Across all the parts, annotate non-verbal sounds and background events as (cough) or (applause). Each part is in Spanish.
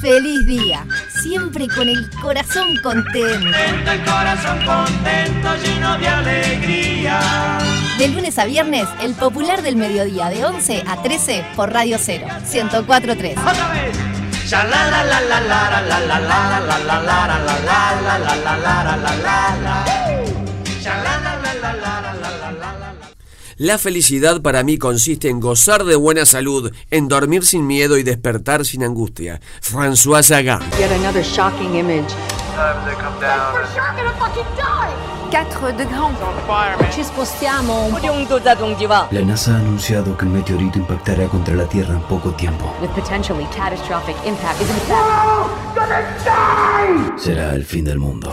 feliz día, siempre con el corazón contento. el corazón contento, lleno de alegría. De lunes a viernes, el popular del mediodía de 11 a 13 por Radio 0, 1043. Otra vez. Sha la la la la la la la la la la la la la la la la la la la la la la. Sha la la la la la la la la la la la. La felicidad para mí consiste en gozar de buena salud, en dormir sin miedo y despertar sin angustia. François Sagan. Yet another shocking image. 4 de grand. Ci spostiamo un La NASA ha anunciado que un meteorito impactará contra la Tierra en poco tiempo. with potentially catastrophic impact. Será el fin del mundo.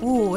Uh,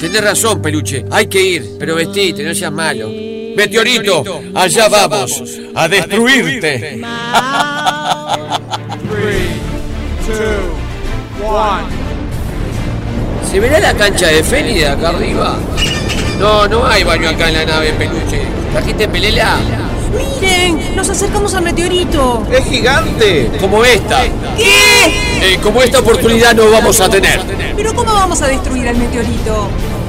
Tenés razón, peluche, hay que ir, pero vestite, no seas malo. Meteorito, allá vamos, a destruirte. ¿Se verá la cancha de Félida acá arriba? No, no hay baño acá en la nave, peluche. ¿Trajiste pelela? ¡Miren! ¡Nos acercamos al meteorito! ¡Es gigante! Como esta. ¿Qué? Eh, como esta oportunidad no vamos a tener. ¿Pero cómo vamos a destruir al meteorito?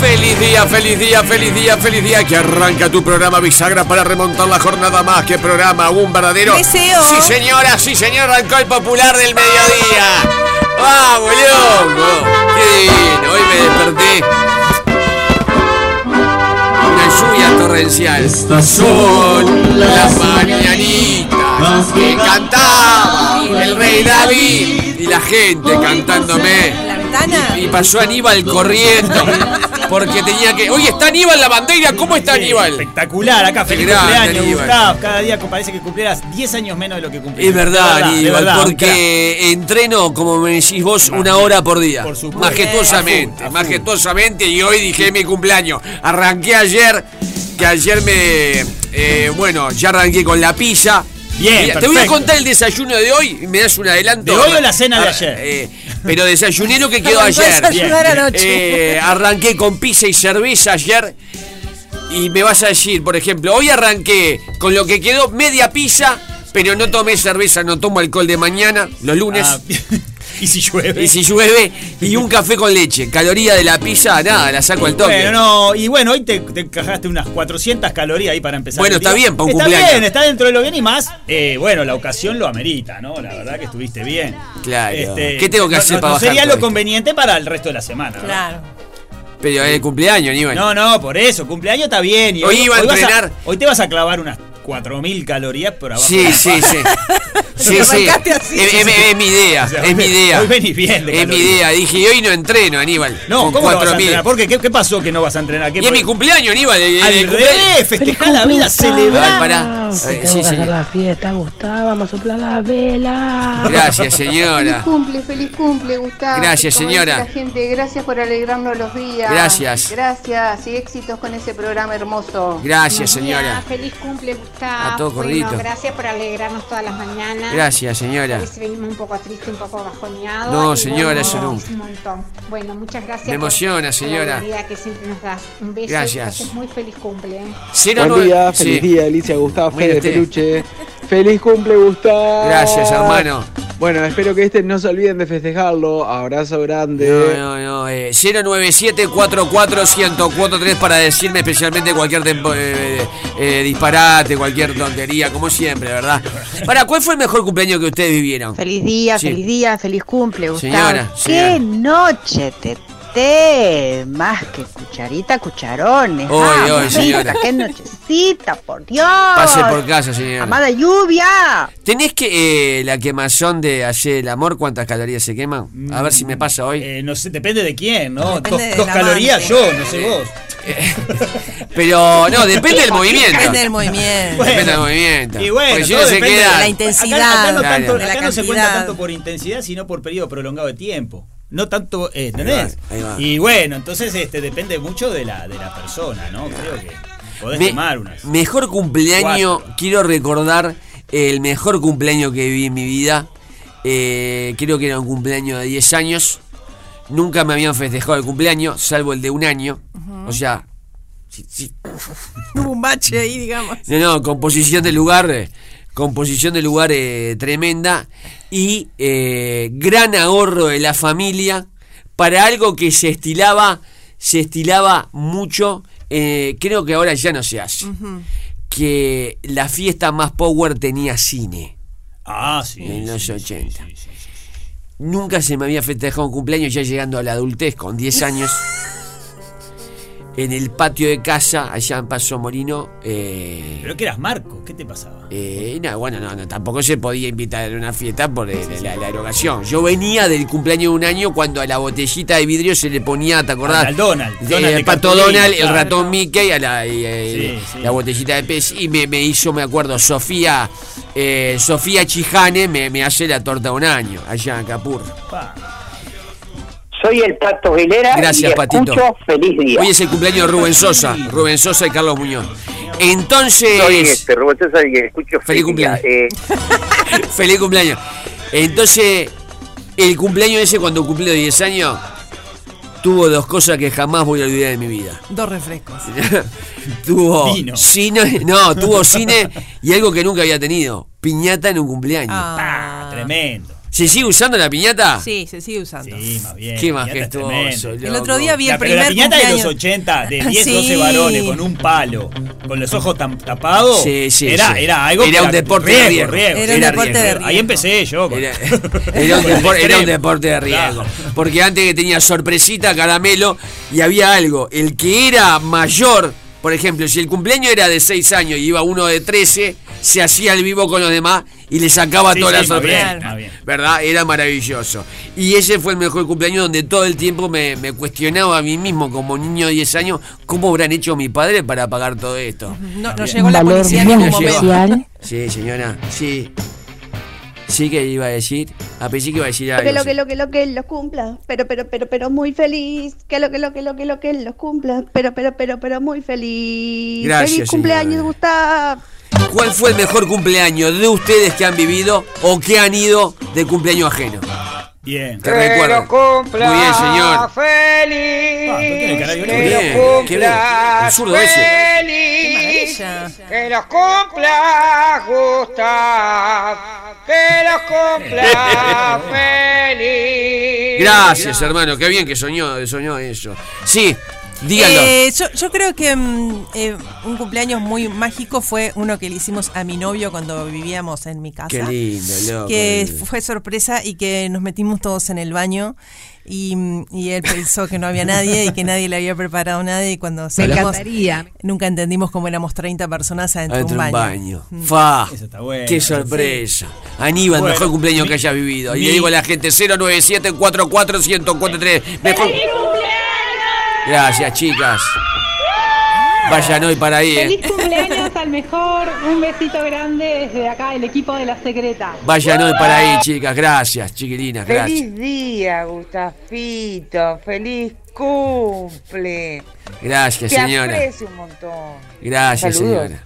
Feliz día, feliz día, feliz día, feliz día que arranca tu programa bisagra para remontar la jornada más que programa un verdadero. Deseo. Sí señora, sí señor, arrancó el popular del mediodía. Vamos, loco. Qué divino, hoy me desperté. Una lluvia torrencial. Estas son las mañanitas que cantaba el rey David y la gente cantándome. ¿La ventana? Y pasó Aníbal corriendo. Porque tenía que. Oye, está Aníbal la bandera. ¿Cómo está Aníbal? Espectacular, acá feliz Grande, cumpleaños, Aníbal. Gustav. Cada día parece que cumplieras 10 años menos de lo que cumpliste. Es verdad, de Aníbal, verdad, un crack. porque entreno, como me decís vos, una hora por día. Por supuesto. Majestuosamente, A full, a full. majestuosamente. Y hoy dije mi cumpleaños. Arranqué ayer, que ayer me. eh, bueno, ya arranqué con la pizza. Bien, Te voy a perfecto. contar el desayuno de hoy. y ¿Me das un adelanto? ¿De hoy o la cena de ayer? eh, pero desayuné lo que quedó Arrancó a ayer. desayunar Bien. anoche. Eh, arranqué con pizza y cerveza ayer. Y me vas a decir, por ejemplo, hoy arranqué con lo que quedó media pizza, pero no tomé cerveza, no tomo alcohol de mañana, los lunes. Ah, y si llueve. Y si llueve, y un café con leche. Caloría de la pizza, nada, la saco al toque. Bueno, no, y bueno, hoy te, te encajaste unas 400 calorías ahí para empezar. Bueno, el está día. bien para un está cumpleaños. bien, está dentro de lo bien y más. eh, bueno, la ocasión lo amerita, ¿no? La verdad que estuviste bien. Este, Claro. ¿Qué tengo que no- hacer no- para no bajar pues? Sería todo lo esto? conveniente para el resto de la semana. ¿no? Claro. Pero es el cumpleaños, Aníbal. No, no, por eso, cumpleaños está bien. Y Hoy iba a vas entrenar. hoy te vas a clavar unas 4.000 calorías por abajo. Sí, sí, (laughs) sí. Sí, Lo sí. arrancaste así. Es, es- es mi idea, O sea, es mi hoy- idea. hoy venís bien de Es mi calorías. idea. Dije, y hoy no entreno, Aníbal. No, Con ¿cómo no vas a 4.000. entrenar? ¿Por qué? ¿Qué, qué pasó que no vas a entrenar? ¿Qué Y es mi cumpleaños, Aníbal. el- el- el Al cumpleaños. revés, festejar la vida, Ay, celebrar. pará. Eh, Te sí, vamos a sacar señor. la fiesta, Gustavo. Vamos a soplar las velas. Gracias, señora. Cumple, feliz cumple, Gustavo. Gracias, Como señora. dice La gente, gracias por alegrarnos los días. Gracias. Gracias y éxitos con ese programa hermoso. Gracias, señora. Feliz cumple, A Gustavo. todo corrito. gracias por alegrarnos todas las mañanas. Gracias, señora. A veces venimos un poco triste, un poco bajoneado. No, y señora, bueno, eso nunca. Un montón. Bueno, muchas gracias. Me por- emociona, por la señora. alegría que siempre nos das. Un beso. y que Gracias. pases Muy feliz cumple. ¿eh? Buen día, feliz sí. día, Alicia, Gustavo, Mire Fede, usted. Peluche. Feliz cumple, Gustavo. Gracias, hermano. Bueno, espero que este no se olviden de festejarlo. Abrazo grande. No, no, no. Eh, 097-44-1043 para decirme especialmente cualquier tempo- eh, eh, disparate, cualquier tontería, como siempre, ¿verdad? Para, ¿cuál fue el mejor cumpleaños que ustedes vivieron? Feliz día, Sí. feliz día, feliz cumple, Gustavo. Señora, señora. ¡Qué noche te te! Más que cucharita, cucharones. Oy, Ah, oy, señora. ¡Qué nochecita, por Dios! Pase por casa, señora. ¡Amada lluvia! ¿Tenés que eh, la quemazón de hacer el amor? ¿Cuántas calorías se queman? A ver si me pasa hoy. Mm, eh, no sé, depende de quién, ¿no? Depende dos del dos calorías amante. yo, no sé vos. Eh, (laughs) Pero no, depende del movimiento. Depende del movimiento. Depende del movimiento. Y bueno, Porque si todo uno se depende queda- de la intensidad. Acá, acá no, Claro. tanto- De la acá no se cuenta cantidad. tanto por intensidad, sino por periodo prolongado de tiempo. No tanto, eh, ¿entendés? Ahí va, ahí va. Y bueno, entonces este depende mucho de la, de la persona, ¿no? Creo que podés Me- quemar unas. Mejor cumpleaños, quiero recordar el mejor cumpleaños que viví en mi vida. Eh, creo que era un cumpleaños de 10 años. Nunca me habían festejado el cumpleaños, salvo el de un año. O sea, sí, sí. (laughs) Hubo un bache ahí, digamos. no, no, composición del lugar, eh, composición del lugar eh, tremenda y eh, gran ahorro de la familia para algo que se estilaba, se estilaba mucho. eh, creo que ahora ya no se hace que la fiesta más power tenía cine. Ah, sí. En los 80. Nunca se me había festejado un cumpleaños, ya llegando a la adultez, con 10 años. en el patio de casa, allá en Paso Morino. eh, Pero que eras Marco, ¿qué te pasaba? eh, no, bueno, no, no, tampoco se podía invitar a una fiesta por eh, la, la erogación. Yo venía del cumpleaños de un año cuando a la botellita de vidrio se le ponía, ¿te acordás? Al Donald, Eh, Donald de Pato cartulina, Donald, el claro. ratón Mickey, a la, y, eh, Sí, la botellita de pez. Y me, me hizo, me acuerdo, Sofía eh, Sofía Chijane me, me hace la torta de un año, allá en Capur. Soy el Pato Vilera Gracias, y Patito. escucho feliz día. Hoy es el cumpleaños de Rubén Sosa, Rubén Sosa y Carlos Muñoz. Soy Entonces, este, Rubén César y escucho Feliz feliz, día. cumpleaños. Eh, (laughs) Feliz cumpleaños. Entonces, el cumpleaños ese cuando cumplió 10 años, tuvo dos cosas que jamás voy a olvidar de mi vida. (laughs) Dos refrescos. tuvo Vino. cine, no, tuvo cine y algo que nunca había tenido, piñata en un cumpleaños. Ah, Tremendo. ¿Se sigue usando la piñata? Ah. Sí, se sigue usando. Qué piñata es majestuoso. tremendo. El otro día vi La- el pero la primer piñata de los cumpleaños. 80, (laughs) de 10, 12 Sí. varones, con un palo, con los ojos tan tapados, Sí, sí, era, sí. era algo Era que un deporte de riesgo. Era un Era deporte de riesgo. Ahí empecé yo. con- (laughs) Era un, con el depor- era un extremo. deporte de riesgo. Porque antes que tenía sorpresita, caramelo, y había algo. El que era mayor, por ejemplo, si el cumpleaños era de 6 años y iba uno de 13, se hacía el vivo con los demás y le sacaba Sí, toda sí, la más bien, sorpresa. más bien. ¿Verdad? Era maravilloso. Y ese fue el mejor cumpleaños donde todo el tiempo me, me cuestionaba a mí mismo, como niño de 10 años, cómo habrán hecho mis padres para pagar todo esto. No, no Bien. llegó la Valor policía en ningún muy momento. Sí, señora, sí. Sí que iba a decir. A pensé que iba a decir Lo que algo. lo que lo que lo que los cumpla, pero pero pero pero muy feliz, que lo que lo que lo que lo que los cumpla, pero pero pero pero muy feliz. Gracias, feliz señora. cumpleaños, Gustavo. ¿Cuál fue el mejor cumpleaños de ustedes que han vivido o que han ido de cumpleaños ajeno? Bien. Que recuerden. Muy bien, señor. Feliz. Qué bien, qué bien. El zurdo ese. feliz. Que los cumpla, Gustav. Que los cumpla feliz. Gracias, hermano. Qué bien que soñó, soñó eso. Sí, díganlo. Eh, yo, yo creo que mm, eh, un cumpleaños muy mágico fue uno que le hicimos a mi novio cuando vivíamos en mi casa. Qué lindo, loco, Que lindo. fue sorpresa y que nos metimos todos en el baño y, mm, y él pensó que no había nadie y que nadie le había preparado nada y cuando salimos encantaría. nunca entendimos cómo éramos 30 personas adentro de Adentro un de un baño. baño. Mm. Fa. bueno. Qué sorpresa. Aníbal, Bueno, mejor cumpleaños que haya vivido. Y mi- le digo a la gente 097 Mejor. Gracias, chicas. Vayan hoy para ahí, eh. Feliz cumpleaños al mejor, un besito grande desde acá, el equipo de la secreta. Vayan hoy para ahí, chicas. Gracias, chiquilinas. Gracias. Feliz día, Gustafito. Feliz cumple. Gracias, Te señora. aprecio un montón. Gracias, Saludos. señora.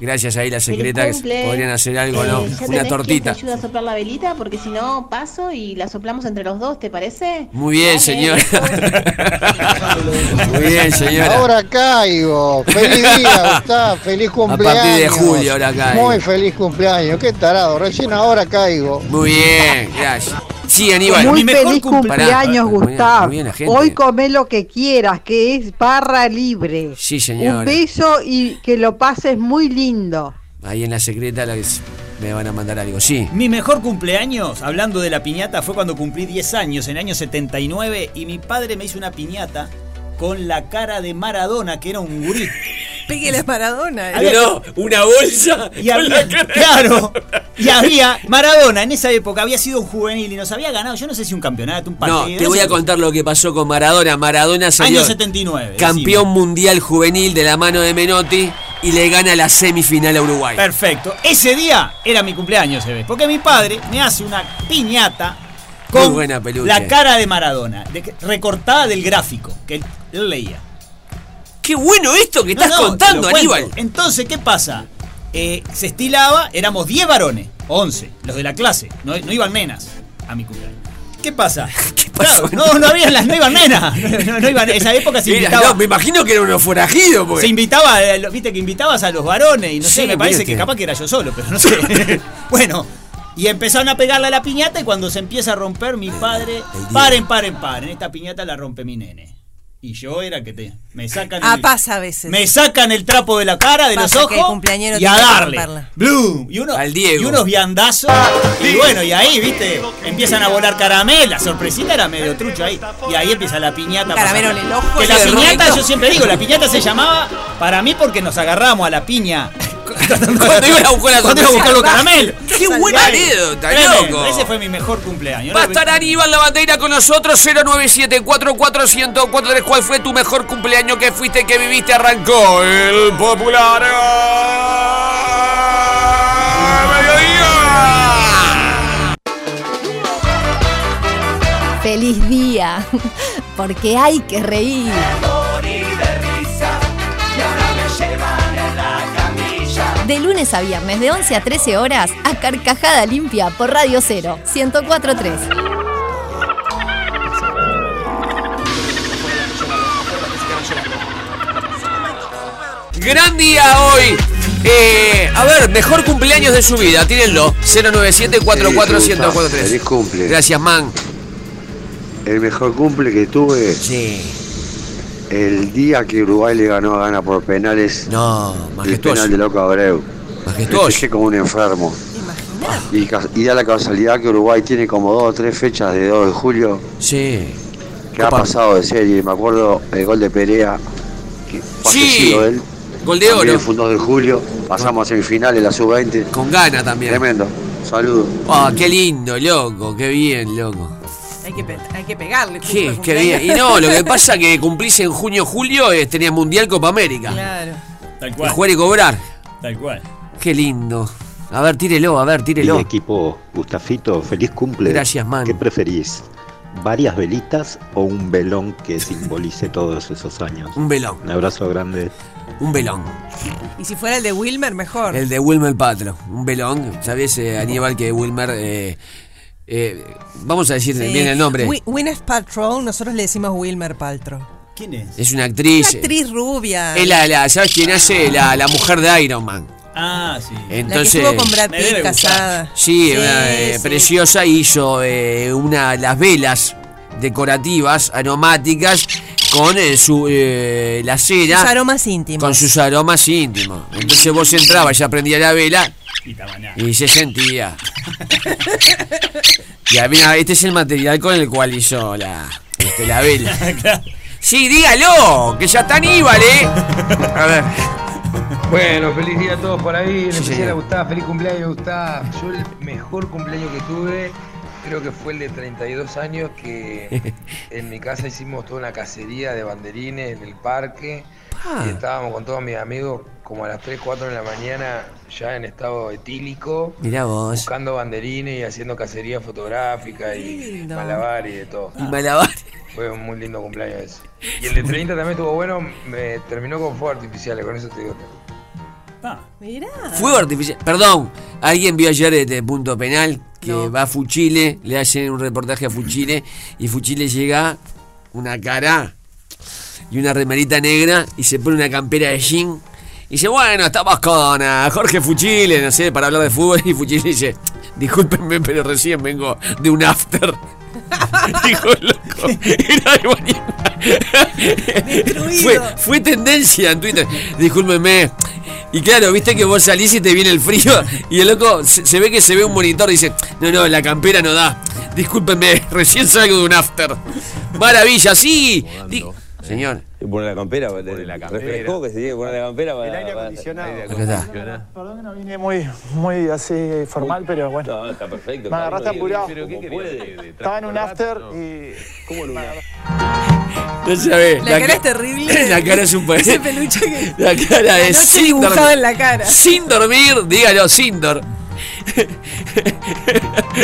Gracias ahí las secretas Cumple. podrían hacer algo, Eh, ¿no? ya Una tenés quien tortita. te ayuda a soplar la velita porque si no paso y la soplamos entre los dos, ¿te parece? Muy (laughs) bien, señora. Muy bien, señora. Ahora caigo. (laughs) Feliz día, Gustavo. Feliz a cumpleaños. partir de julio ahora acá. eh. Muy feliz cumpleaños. Qué tarado. Recién ahora caigo. Muy bien, gracias. Sí, Aníbal. Muy Mi mejor feliz cum- Pará. cumpleaños, Muy bien, Gustavo. muy bien, la gente. ¿eh? Hoy come lo que quieras, que es barra libre. Sí, Un señora. beso y que lo pases muy lindo. Ahí en la secreta la que s- me van a mandar algo. Sí. Mi mejor cumpleaños, hablando de la piñata, fue cuando cumplí 10 años, en el año 79, y mi padre me hizo una piñata con la cara de Maradona, que era un gurí. Pegue la Maradona. eh. Había- una bolsa y había, claro, y había Maradona en esa época había sido un juvenil y nos había ganado, yo no sé si un campeonato, un partido. No, te voy sé a qué. contar lo que pasó con Maradona. Maradona salió Año 79. campeón mundial juvenil de la mano de Menotti y le gana la semifinal a Uruguay. Perfecto. Ese día era mi cumpleaños, se ve. Porque mi padre me hace una piñata con Muy buena peluche. la cara de Maradona, de que- recortada del gráfico que él, él leía. ¡Qué bueno esto que estás contando, Aníbal! Entonces, ¿qué pasa? Eh, se estilaba, éramos 10 varones, 11, los de la clase, no, no iban nenas a mi cumpleaños. ¿Qué (laughs) pasa? Claro, no, no había las, no iban nenas. (laughs) No, no iban, esa época se Era- invitaba. no, me imagino que era uno forajido, porque- Se invitaba, eh, lo- viste que invitabas a los varones y no sé, Sí, este. me parece mirate. que capaz que era yo solo, pero no sé. (laughs) bueno, y empezaron a pegarle a la piñata y cuando se empieza a romper, mi padre, paren, paren, paren, esta piñata la rompe mi nene. Y yo era el que te, me sacan Ah, el- pasa a veces. me sacan el trapo de la cara, de Pasa los que el ojos cumpleañero y a tiene que darle. romperla. ¡Blum! Y, uno- y unos viandazos. Y bueno, y ahí, viste, empiezan a volar caramel. La sorpresita era medio trucho ahí. Y ahí empieza la piñata. caramelo a en pasar. el ojo Que y la el piñata, roquito. yo siempre digo, la piñata se llamaba para mí porque nos agarramos a la (laughs) piña. Cuando iban a buscar la Cuando iba a buscar los sorpresa. caramel. (laughs) ¡Qué buena anécdota, Tremendo. loco! Ese fue mi mejor cumpleaños. Va a estar Aníbal la bandera con nosotros 097 443 ¿Cuál fue tu mejor cumpleaños que fuiste, que viviste? Arrancó el popular. Feliz día, (laughs) porque hay que reír. De lunes a viernes, de 11 a 13 horas, a Carcajada Limpia por Radio 0, 1043. Gran día hoy. Eh, a ver, mejor cumpleaños de su vida, tírenlo. 097 Feliz 443 cumple. Gracias, man. El mejor cumple que tuve. El día que Uruguay le ganó a Gana por penales. No, El penal de Loco Abreu. Majestuoso. Me quejé como un enfermo. Y, ca- y da la casualidad que Uruguay tiene como dos o tres fechas de 2 de julio. Sí. Que ha pasado de serie. Me acuerdo el gol de Perea. Que fallecido él. Gol de También oro. Fue un 2 de julio. Pasamos a semifinales, la sub-20. Con Gana también. Tremendo. Saludos. Ah, qué lindo, loco. Qué bien, loco. Hay que, pe- hay que pegarle. justo Qué, al qué bien. cumpleaños. Y no, lo (laughs) que pasa que cumplís en junio, julio, eh, tenías Mundial Copa América. Claro. Tal Y jugar y cobrar. Tal cual. Qué lindo. Oh, A ver, tírelo, a ver, tírelo. equipo, Gustafito, feliz cumple. Gracias, man. ¿Qué preferís? ¿Varias velitas o un velón que simbolice (laughs) todos esos años? Un velón. Un abrazo grande. Un velón. Y si fuera el de Wilmer, mejor. El de Wilmer Patro. Un velón. ¿Sabés, eh, Aníbal, que Wilmer... eh, eh, vamos a decir Sí. bien el nombre. Wi- Gwyneth Paltrow, nosotros le decimos Wilmer Paltrow. ¿Quién es? Es una actriz. Una actriz rubia. Es la, la- ¿Sabes quién hace? La, la mujer de Iron Man. Ah, sí. Entonces, la que estuvo con Brad Pitt casada. Sí, una, eh, preciosa hizo eh, una las velas decorativas, aromáticas, con eh, su, eh, la cera. Sus aromas íntimos. Con sus aromas íntimos. Entonces vos entrabas, ya prendía la vela (laughs) y se sentía. y a mí, este es el material con el cual hizo la, este, la vela. Sí, dígalo, que ya está Aníbal, ¿eh? A ver. Bueno, feliz día a todos por ahí. En Sí, especial señor. a Gustavo, feliz cumpleaños, Gustavo. Yo el mejor cumpleaños que tuve, creo que fue el de 32 años, (laughs) que en mi casa hicimos toda una cacería de banderines en el parque. Pa. Y estábamos con todos mis amigos como a las 3, 4 de la mañana, ya en estado etílico. Mirá vos. Buscando banderines y haciendo cacería fotográfica y lindo. malabar y de todo. Y malabar. Fue un muy lindo cumpleaños ese. Y el de 30 también estuvo bueno, me terminó con fuegos artificiales, con eso te digo. todo. Mirá. Fuego artificial. Perdón, alguien vio ayer este punto penal que va a Fuchile, le hacen un reportaje a Fuchile y Fuchile llega una cara y una remerita negra y se pone una campera de jean y dice, bueno, estamos con ah, Jorge Fuchile, no sé, para hablar de fútbol y Fuchile dice, discúlpenme, pero recién vengo de un after. (laughs) Dijo el loco. Era algo animal. fue, fue tendencia en Twitter. Discúlpeme. Y claro, viste que vos salís y te viene el frío. Y el loco se, se ve que se ve un monitor y dice: No, no, la campera no da. Discúlpeme, (laughs) recién salgo de un after. Maravilla, sí. Di- Señor. Y pone la campera, pone la campera. refrescó que se tiene que poner la campera para. El aire para- acondicionado. Aire Acá está. Perdón que no vine muy, muy así formal, pero bueno. No, está perfecto. Me agarraste Cada uno apurado. tiene- Pero, ¿qué como querías? puede, de- Estaba en un after y. ¿Cómo lo No sabés. La cara es terrible. (laughs) La cara (laughs) es un pe- Ese peluche que- (laughs) La cara La es. noche sin dibujada dormir. en la cara. Sin dormir, dígalo, sin dormir.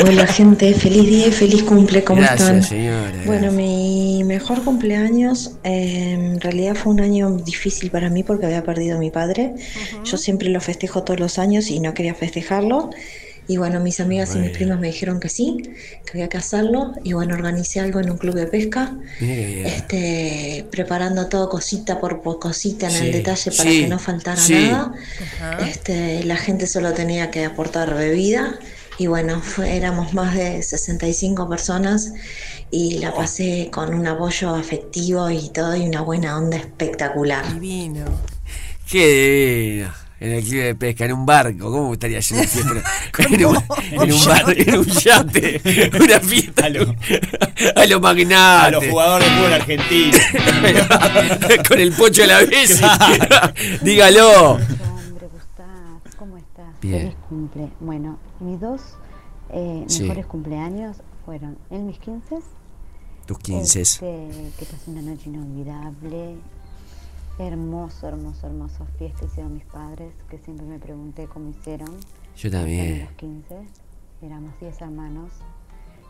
Hola gente, feliz día y feliz cumple, ¿cómo Gracias, están? señora, gracias. Bueno, mi mejor cumpleaños eh, en realidad fue un año difícil para mí porque había perdido a mi padre. Yo siempre lo festejo todos los años y no quería festejarlo. Y bueno, mis amigas y mis primas me dijeron que sí, que había que hacerlo. Y bueno, organicé algo en un club de pesca, este, preparando todo cosita por, por cosita en Sí, el detalle para sí, que no faltara sí. nada. Este, la gente solo tenía que aportar bebida y bueno, fue- éramos más de 65 personas y Oh. la pasé con un apoyo afectivo y todo y una buena onda espectacular. Qué divino. En el club de pesca, en un barco. ¿Cómo me gustaría hacer una fiesta? (laughs) en, un, en un barco, en un yate. Una fiesta. A (laughs) lo, magnate. A los jugadores de fútbol argentino. (laughs) Con el pocho a la vez. Dígalo. Bien. Feliz cumple. Bueno, mis dos eh, Sí. mejores cumpleaños fueron en mis 15. (laughs) Tus 15. Este, que pasé una noche inolvidable. Hermoso, hermoso, hermoso fiesta hicieron mis padres, que siempre me pregunté cómo hicieron. Yo también. En los 15 éramos 10 hermanos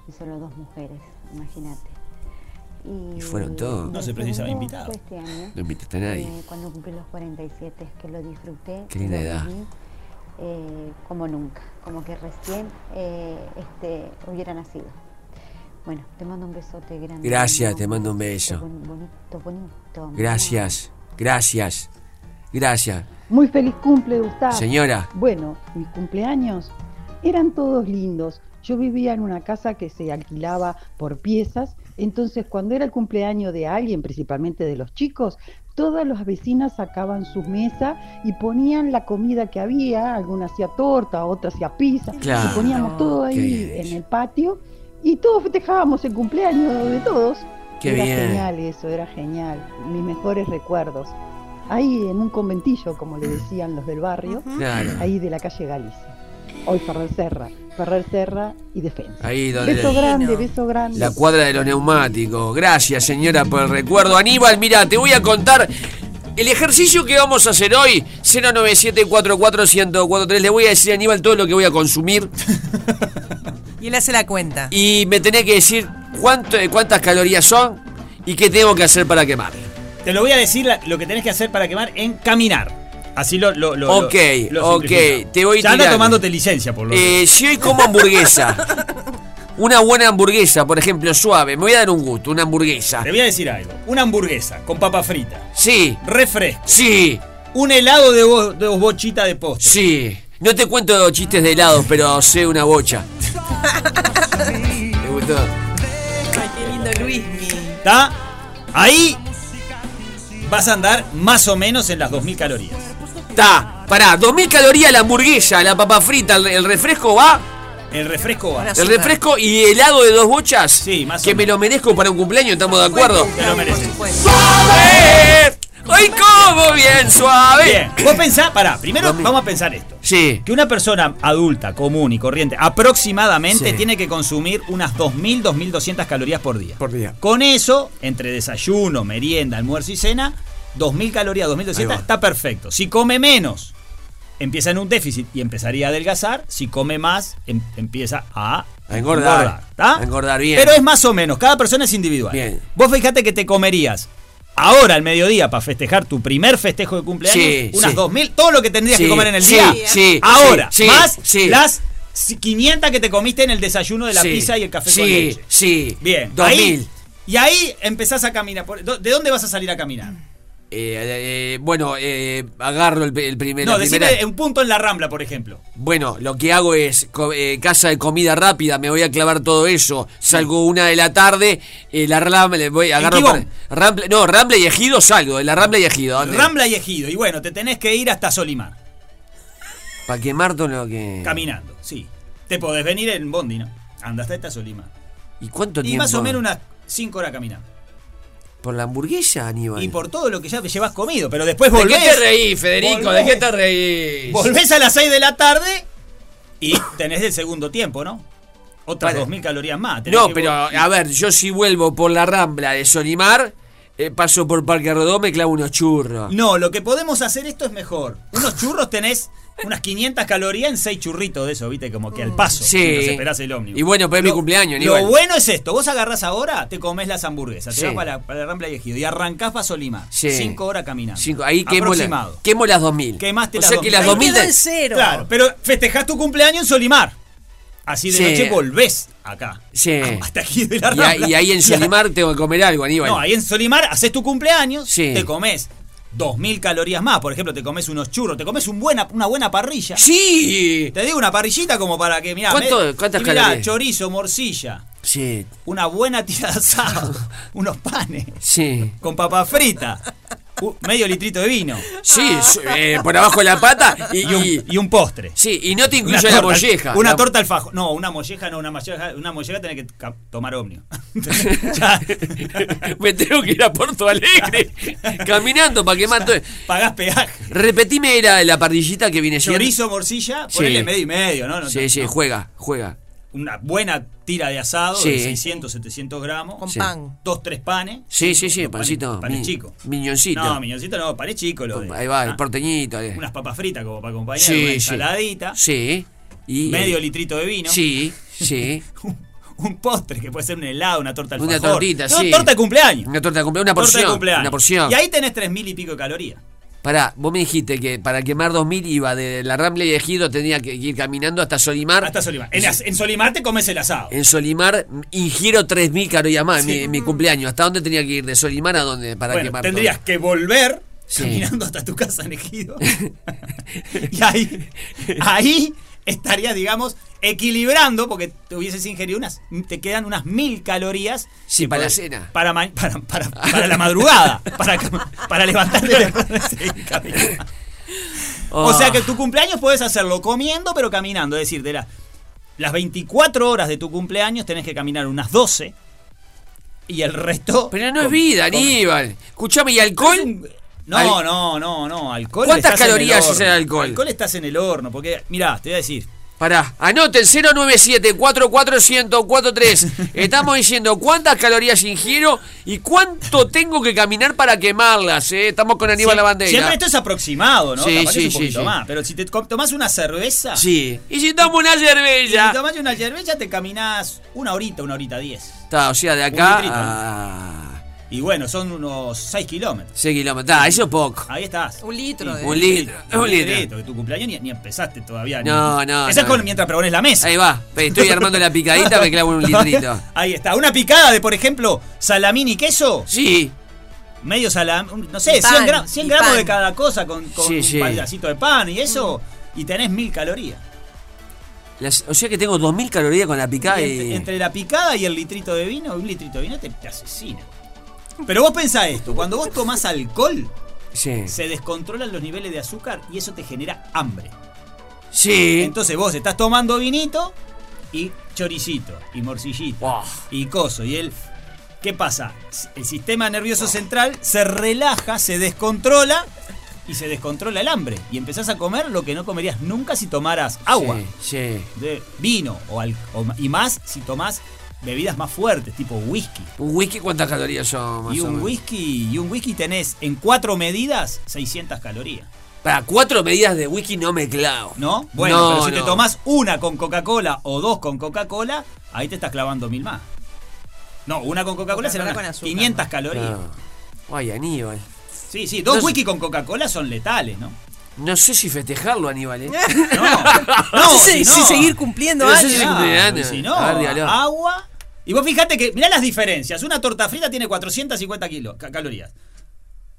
y solo dos mujeres, imagínate. Y, Y fueron todos. No se el precisaba segundo invitado. fue este año, No invitaste a nadie. eh, cuando cumplí los 47, es que lo disfruté. Qué linda lo edad. viví, eh, como nunca, como que recién eh, este, hubiera nacido. Bueno, te mando un besote grande. Gracias, Mamá. te mando un beso. Bon- Bonito, bonito. mamá. Gracias. Gracias. Gracias. Muy feliz cumple, Gustavo. Señora. Bueno, mis cumpleaños eran todos lindos. Yo vivía en una casa que se alquilaba por piezas, entonces cuando era el cumpleaños de alguien, principalmente de los chicos, todas las vecinas sacaban su mesa y ponían la comida que había, alguna hacía torta, otra hacía pizza, Claro. y poníamos todo Qué ahí bien en el patio y todos festejábamos el cumpleaños de todos. Qué era bien. genial eso, era genial. Mis mejores recuerdos ahí en un conventillo, como le decían los del barrio, Claro. ahí de la calle Galicia. Hoy Ferrer Serra, Ferrer Serra y Defensa. Ahí donde. Beso grande, beso grande. La cuadra de los neumáticos. Gracias, señora, por el recuerdo. Aníbal, mira, te voy a contar el ejercicio que vamos a hacer hoy. 097-44-1043. Le voy a decir a Aníbal todo lo que voy a consumir (laughs) Y él hace la cuenta. y me tenés que decir cuánto, eh, cuántas calorías son y qué tengo que hacer para quemar. Te lo voy a decir la- lo que tenés que hacer para quemar en caminar. Así lo. lo, lo Ok, lo- lo ok, simplificamos. te voy Ya anda tirando. tomándote licencia, por lo Eh, si hoy (laughs) como hamburguesa, una buena hamburguesa, por ejemplo, suave, me voy a dar un gusto, una hamburguesa. Te voy a decir algo. Una hamburguesa con papa frita. Sí. Refresco. Sí. Un helado de, bo- de dos bochitas de postre. Sí. No te cuento chistes de helados, pero sé (laughs) una bocha. ¿Te gustó? Qué lindo Luis. ¿Está? Ahí vas a andar más o menos en las 2.000 calorías. Está, pará, 2000 calorías la hamburguesa, la papa frita, el, el refresco va. El refresco va. El refresco y helado de dos bochas. Que me lo merezco para un cumpleaños, estamos de acuerdo. Te lo mereces. ¡Suave! ¡Hoy como bien suave! Bien, vos pensá, pará, primero vamos a pensar esto. Sí. Que una persona adulta, común y corriente, aproximadamente Sí. tiene que consumir unas 2.000, 2.200 calorías por día. Por día. Con eso, entre desayuno, merienda, almuerzo y cena, 2.000 calorías, 2.200 va. está perfecto. Si come menos, empieza en un déficit y empezaría a adelgazar. Si come más, em- empieza a... A engordar. ¿tá? A engordar bien. Pero es más o menos, cada persona es individual. Bien. Vos fíjate que te comerías ahora al mediodía para festejar tu primer festejo de cumpleaños, Sí, unas sí. 2.000, todo lo que tendrías Sí, que comer en el sí, día. sí, ahora, sí, sí, más sí. las 500 que te comiste en el desayuno de la Sí, pizza y el café con sí, leche. Sí, Bien, 2000. ahí- y ahí empezás a caminar. Por- do- ¿De dónde vas a salir a caminar? Eh, eh, bueno, eh, agarro el, el primer. no, la decime primera- un punto en la rambla, por ejemplo. Bueno, lo que hago es co- eh, casa de comida rápida, me voy a clavar todo eso. Salgo una de la tarde, eh, la Rambla, voy, agarro. Quibón? para- Rambla- no, Rambla y Ejido salgo, de la Rambla y Ejido. Rambla y Ejido. Y bueno, te tenés que ir hasta Solimar. Para quemar todo lo que. Caminando, sí. Te podés venir en Bondi, ¿no? Anda hasta esta Solimar. ¿Y cuánto Y tiempo? más o menos unas 5 horas caminando. ¿Por la hamburguesa, Aníbal? Y por todo lo que ya te llevas comido, pero después ¿De qué volvés. te reís, Federico? ¿De qué te reís? Volvés a las 6 de la tarde y tenés el segundo tiempo, ¿no? Otras 2.000 calorías más. tenés No, que pero vol- a ver, yo si vuelvo por la Rambla de Solimar, eh, paso por Parque Rodó, me clavo unos churros. No, lo que podemos hacer esto es mejor. Unos churros tenés unas 500 calorías en 6 churritos de eso, ¿viste? Como que al paso. Sí. si nos esperás el ómnibus. Y bueno, pero es mi cumpleaños, Lo Aníbal. bueno es esto, vos agarrás ahora, te comes las hamburguesas, Sí. te vas para, la- para la Rambla de Ejido y arrancás para Solima. Sí. 5 horas caminando. Cinco, ahí quemo, la, Aproximado. quemo las 2000. Quemaste o las sea que 2000. las Ahí 2000. quedó de- el cero. Claro, pero festejás tu cumpleaños en Solimar. Así de Sí. noche volvés (laughs) acá. Ah, Sí. Hasta aquí de la y, ahí- Rambla. y ahí en Solimar tengo que comer algo, Aníbal. No, ahí en Solimar haces tu cumpleaños, Sí. te comes 2000 calorías más, por ejemplo, te comes unos churros, te comes un buena, una buena parrilla. Sí. Te digo una parrillita como para que mirá, ¿Cuánto- me- cuántas y mirá, calorías? chorizo, morcilla, Sí, una buena tira de (laughs) asado, unos panes sí. con papa frita, u- medio litrito de vino. Sí, sí, eh, por abajo de la pata y, y- y un postre. Sí, y no te Una incluye la torta- molleja. Una La- torta al fajo. No, una molleja no, una molleja, una molleja tenés que ca- tomar ómnibus. (laughs) Ya. Me tengo que ir a Porto Alegre caminando (laughs) para quemar todo. Pagás peaje. Repetime la, la parrillita que viene (laughs) siendo. Chorizo, morcilla, Sí. ponele medio y medio, ¿no? No Sí, te- sí, no. juega, juega. Una buena tira de asado de Sí. 600, 700 gramos. Con Sí. pan. Dos, tres panes. Sí, sí, sí, pancito. panes mi- chico. Miñoncito. No, miñoncito no, panes chicos. Los de- Ahí va, el ah, porteñito. eh. Unas papas fritas como para acompañar, Sí, una sí. ensaladita. Sí. Y, Medio eh, litrito de vino. Sí, (laughs) sí. Un postre que puede ser un helado, una torta al Una fajor. tortita, No, sí. torta de cumpleaños. Una torta de cumpleaños, una Torta de porción. cumpleaños. Una porción. Y ahí tenés tres mil y pico de calorías. Pará, vos me dijiste que para quemar 2000 iba de la Rambla y Ejido, tenía que ir caminando hasta Solimar. Hasta Solimar. En, as- en Solimar te comes el asado. En Solimar ingiero 3.000 calorías más en Sí. mi, en mi cumpleaños. ¿Hasta dónde tenía que ir? ¿De Solimar a dónde? Para bueno, quemar tendrías que volver Sí. caminando hasta tu casa en (laughs) Ejido. y ahí, ahí estarías, digamos, equilibrando, porque te hubieses ingerido unas, te quedan unas mil calorías. Sí, que para la podés- cena. Para, ma- para, para- para la (laughs) madrugada, para, cam- para levantarte temprano y seguir caminando. O sea que tu cumpleaños puedes hacerlo comiendo, pero caminando. Es decir, de la- las 24 horas de tu cumpleaños tenés que caminar unas 12 y el resto. Pero no es vida, Aníbal. Escuchame, ¿y alcohol? No, Al- no, no, no. Alcohol ¿Cuántas estás en calorías horno. es el alcohol? Alcohol estás en el horno, porque, mirá, te voy a decir. Pará, anoten (laughs) 097-44143. Estamos diciendo cuántas calorías ingiero y cuánto tengo que caminar para quemarlas. ¿eh? Estamos con Aníbal Sie- la bandera. Siempre esto es aproximado, ¿no? Sí, Capaz que sí, es sí, un poquito sí. más. Pero si te com- tomás una cerveza. Sí. Y si tomo una cerveza. Si tomás una cerveza, te caminás una horita, una horita diez. Está, o sea, de Un acá litrito, ¿no? a Y bueno, son unos 6 kilómetros. 6 kilómetros. Está, eso es poco. Ahí estás. Un litro de- Un litro, un Un litro. litro. que Tu cumpleaños ni, ni empezaste todavía. ni- No, no, Eso es no. con- mientras pregones la mesa. Ahí va. Estoy armando la (laughs) picadita, me clavo un litrito. Ahí está. Una picada de, por ejemplo, salamín y queso. Sí. Medio salamín, no sé, Y pan, 100, gra- 100 y gramos pan. de cada cosa con, con Sí, un sí. pedacito de pan y eso. Mm. Y tenés mil calorías. Las- o sea que tengo 2.000 calorías con la picada Y entre, y... entre la picada y el litrito de vino, un litrito de vino te, te asesina. Pero vos pensá esto, cuando vos tomás alcohol, Sí. se descontrolan los niveles de azúcar y eso te genera hambre. Sí. Entonces vos estás tomando vinito y choricito y morcillito y coso y él ¿Qué pasa? El sistema nervioso central se relaja, se descontrola y se descontrola el hambre y empezás a comer lo que no comerías nunca si tomaras agua, Sí. de vino o, al- o ma- y más si tomás bebidas más fuertes, tipo whisky. ¿Un whisky cuántas calorías son? Más Y o un menos? whisky, y un whisky tenés en cuatro medidas 600 calorías. Para cuatro medidas de whisky no me clavo. ¿No? Bueno, No, pero si te no. tomás una con Coca-Cola o dos con Coca-Cola, ahí te estás clavando mil más. No, una con Coca-Cola serán Coca-Cola unas con azúcar, 500 calorías. Claro. Ah. Ay, Aníbal. Sí, sí, dos No sé- wiki con Coca-Cola son letales, ¿no? No sé si festejarlo, Aníbal. ¿eh? (laughs) No, (laughs) No si sé si seguir cumpliendo No sé años. si seguir cumpliendo Ah, años. y Si si no, no, A ver, dígalo. agua. Y vos fijate que, mirá las diferencias. Una torta frita tiene 450 kilos, ca- calorías.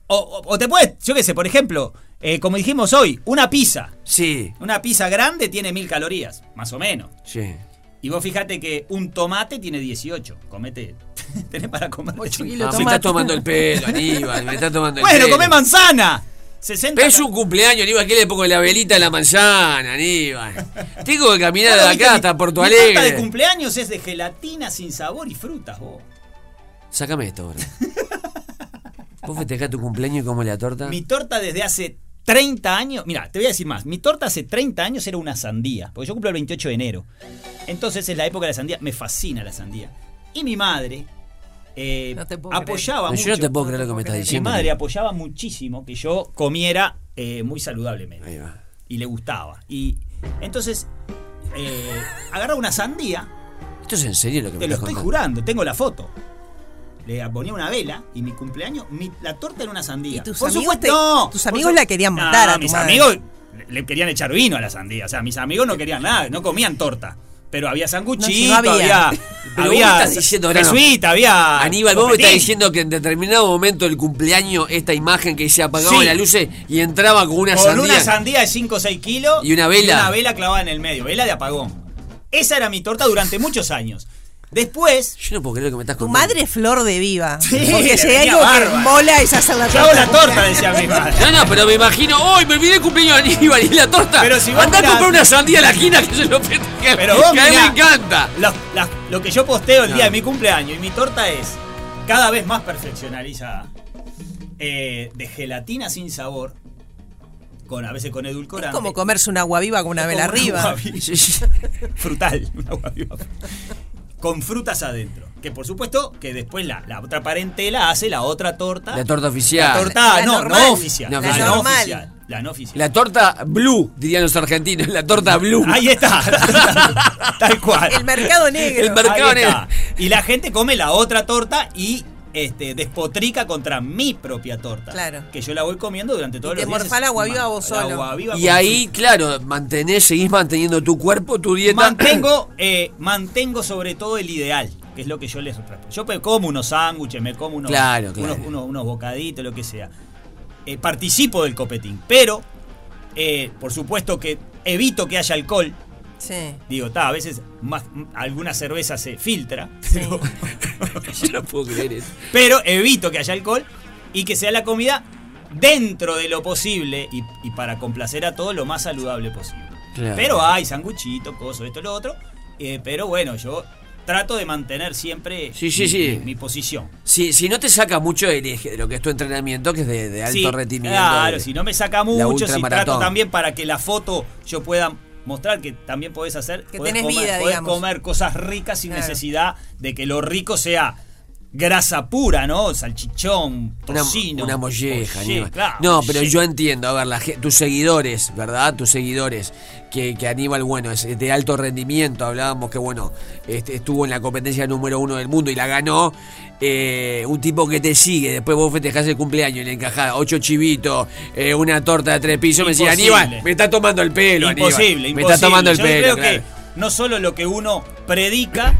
O, o- o te puedes, yo qué sé, por ejemplo, eh, como dijimos hoy, una pizza. Sí. Una pizza grande tiene 1000 calorías, más o menos. Sí. Y vos fijate que un tomate tiene 18. Comete. (laughs) Tenés para comer. 8 Ah, me está tomando el pelo, Aníbal. Me está tomando el Bueno, pelo. comé manzana. 60 Pero es un cumpleaños, Aníbal. ¿Qué le pongo la velita a la manzana, Aníbal? Tengo que caminar de acá hasta Porto Mi torta de Alegre. cumpleaños es de gelatina sin sabor y frutas, vos. Sácame (laughs) esto, bro. ¿Vos festejás tu cumpleaños y como la torta? Mi torta desde hace 30 años. Mira, te voy a decir más. Mi torta hace 30 años era una sandía. Porque yo cumplo el 28 de enero. Entonces es la época de la sandía. Me fascina la sandía. Y mi madre eh, apoyaba No, mucho. yo no te puedo creer lo que me estás Mi diciendo. madre apoyaba muchísimo que yo comiera eh, muy saludablemente. Y le gustaba. Y entonces eh, agarraba una sandía. ¿Esto es en serio lo que me Te lo estás estoy contando? jurando, tengo la foto. Le ponía una vela y mi cumpleaños, mi- la torta era una sandía. ¿Y tus Por amigos supuesto, te- no. tus Por amigos su- la querían matar a tu mis madre? amigos le- le querían echar vino a la sandía. O sea, mis amigos no querían nada, no comían torta. Pero había sanguchito, No, si no había. había. (laughs) Pero había vos me estás diciendo, ahora no. jesuita, había. Aníbal, vos me copetín. estás diciendo que en determinado momento del cumpleaños esta imagen que se apagaba Sí. las luces y entraba con una Con sandía. una sandía de 5 o 6 kilos. Y una vela. una vela clavada en el medio, vela de apagón. Esa era mi torta durante muchos años. Después. Yo no puedo creer lo que me estás Tu madre es flor de viva. porque le si venía hay algo bárbaro. que mola es hacer la Yo torta. hago la torta, decía mi madre. No, no, pero me imagino, hoy me olvidé el cumpleaños de Aníbal y la torta. Pero si vos Andá mirás- a comprar una sandía a la esquina que se lo festeje. Pero vos que a mí me mirá, encanta. Lo, la- lo que yo posteo el No. día de mi cumpleaños y mi torta es cada vez más perfeccionalizada. Eh, de gelatina sin sabor, con a veces con edulcorante. Es como comerse una agua viva con una vela Como una arriba. agua viva. (laughs) Frutal, una agua viva. Con frutas adentro. Que por supuesto que después la, la otra parentela hace la otra torta. La torta oficial. La torta Ah, La no, normal. no oficial. La La, no normal. oficial. La no (laughs) oficial. La torta blue, dirían los argentinos, la torta blue. Ahí está. Tal cual. El mercado negro. El mercado Ahí está. negro. Y la gente come la otra torta y este, despotrica contra mi propia torta. Claro. Que yo la voy comiendo durante todo Y el te días. morfá la agua viva vos La solo. agua viva Y con ahí, claro, mantenés, seguís manteniendo tu cuerpo, tu dieta. Mantengo, eh, mantengo sobre todo el ideal, que es lo que yo les Yo me como unos sándwiches, me como unos, Claro, claro. unos, unos- unos bocaditos, lo que sea. Eh, participo del copetín, pero eh, por supuesto que evito que haya alcohol. Sí. Digo, ta, a veces más, m- alguna cerveza se filtra, (laughs) pero, (laughs) Yo no puedo creer eso. pero evito que haya alcohol y que sea la comida dentro de lo posible y, y para complacer a todo lo más saludable posible. Claro. Pero hay sanguchito, coso, esto, lo otro. eh, pero bueno, yo trato de mantener siempre Sí, sí, mi, sí. mi- mi posición. Si, si no te saca mucho del eje de lo que es tu entrenamiento, que es de, de alto Sí, rendimiento. Claro, de- si no me saca la mucho, si ultramaratón. trato también para que la foto yo pueda mostrar que también podés hacer, Que podés, tenés comer, vida, podés digamos. comer cosas ricas sin Claro. necesidad de que lo rico sea grasa pura, ¿no? Salchichón, Una, tocino. una molleja, molleja. Aníbal. claro, no, pero molleja. yo entiendo, a ver, la ge- tus seguidores, ¿verdad? Tus seguidores, que, que Aníbal, bueno, es de alto rendimiento, hablábamos que, bueno, este, estuvo en la competencia número uno del mundo y la ganó. Eh, un tipo que te sigue, después vos festejás el cumpleaños y le encajás ocho chivitos, eh, una torta de tres pisos, me decís, Imposible. Aníbal, me está tomando el pelo, Aníbal. imposible, Me está imposible. tomando el Yo pelo, creo claro. que no solo lo que uno predica,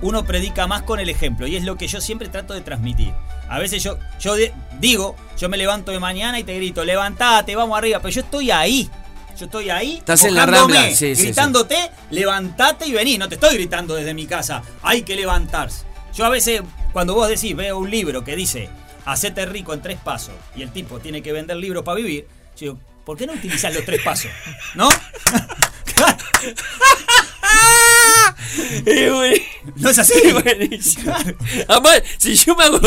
uno predica más con el ejemplo. Y es lo que yo siempre trato de transmitir. A veces yo, yo de- digo, yo me levanto de mañana y te grito, levantate, vamos arriba. Pero yo estoy ahí. Yo estoy ahí. Estás en la mojándome, rambla, sí, sí, sí. Gritándote, levantate y vení. No te estoy gritando desde mi casa. Hay que levantarse. Yo a veces, cuando vos decís, veo un libro que dice, hacete rico en tres pasos, y el tipo tiene que vender libros para vivir, yo digo, ¿por qué no utilizás los tres pasos? ¿No? (laughs) Eh, No es así. (laughs) Claro. Además, si yo me hago.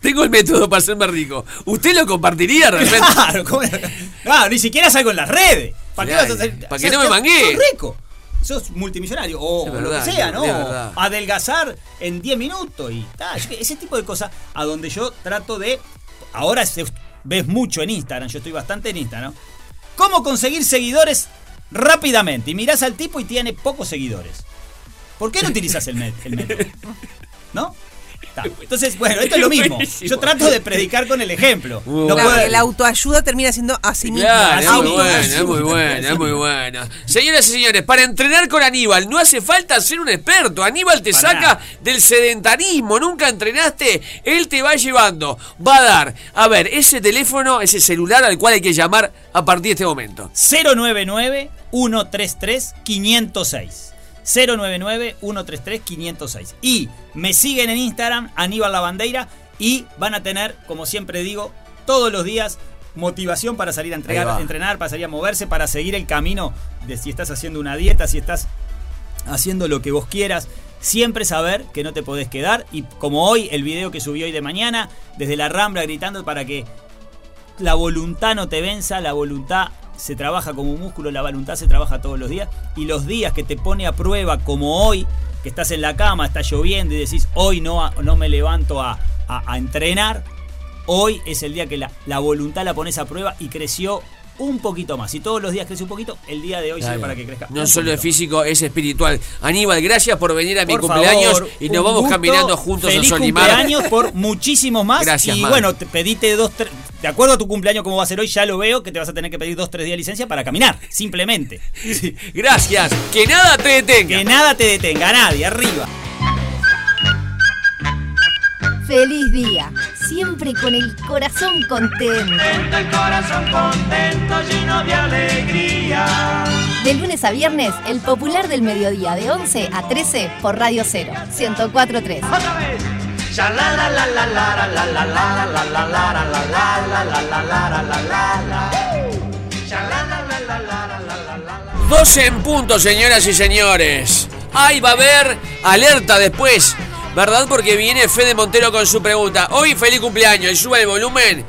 Tengo el método para hacerme rico. ¿Usted lo compartiría de repente? Claro, ¿cómo era? Claro, ni siquiera salgo en las redes. ¿Para qué Claro, vas a hacer? para que no me mangué. Sos rico. Sos multimillonario o Es lo verdad, que sea, es ¿no? verdad. Adelgazar en 10 minutos y tal. Yo que- Ese tipo de cosas a donde yo trato de. Ahora se- ves mucho en Instagram, yo estoy bastante en Instagram. ¿Cómo conseguir seguidores rápidamente? Y mirás al (laughs) tipo y tiene pocos seguidores. ¿Por qué no utilizas el, met- el método? ¿No? Ta. Entonces, bueno, esto es lo mismo. Yo trato de predicar con el ejemplo. No La- puedo- La autoayuda termina siendo así mismo. Claro, es muy bueno, es muy bueno, es muy bueno. Señoras y señores, para entrenar con Aníbal no hace falta ser un experto. Aníbal te saca del sedentarismo. Nunca entrenaste, él te va llevando. Va a dar, a ver, ese teléfono, ese celular al cual hay que llamar a partir de este momento. 099-133-506. 099-133-506. Y me siguen en Instagram, Aníbal La Bandeira, y van a tener, como siempre digo, todos los días motivación para salir a entregar, Ahí va. entrenar, para salir a moverse, para seguir el camino de si estás haciendo una dieta, si estás haciendo lo que vos quieras. Siempre saber que no te podés quedar. Y como hoy, el video que subí hoy de mañana, desde la Rambla gritando para que la voluntad no te venza, la voluntad se trabaja como un músculo, la voluntad se trabaja todos los días. Y los días que te pone a prueba, como hoy, que estás en la cama, está lloviendo y decís, hoy no, a- no me levanto a, a- a entrenar, hoy es el día que la, la voluntad la pones a prueba y creció un poquito más. Si todos los días crece un poquito, el día de hoy sirve Claro. para que crezca. No un solo es físico, es espiritual. Aníbal, gracias por venir a mi por cumpleaños favor, y nos un vamos gusto. caminando juntos Feliz a Solimar. cumpleaños (laughs) por muchísimos más. Gracias, Y Mar. bueno, te pedite dos, tres. De acuerdo a tu cumpleaños, como va a ser hoy, ya lo veo que te vas a tener que pedir dos, tres días de licencia para caminar, (laughs) simplemente. Gracias. Que nada te detenga. Que nada te detenga, nadie, arriba. Feliz día, siempre con el corazón contento. El corazón contento, lleno de alegría. De lunes a viernes, el popular del mediodía de 11 a 13 por Radio 0, 1043. Ya la la la la la la la la la la la la la la la la la la la la la la. Ya la la la la la la la la la. 12 en punto, señoras y señores. Ahí va a haber alerta después, ¿verdad? Porque viene Fede Montero con su pregunta. Hoy feliz cumpleaños, y sube el volumen.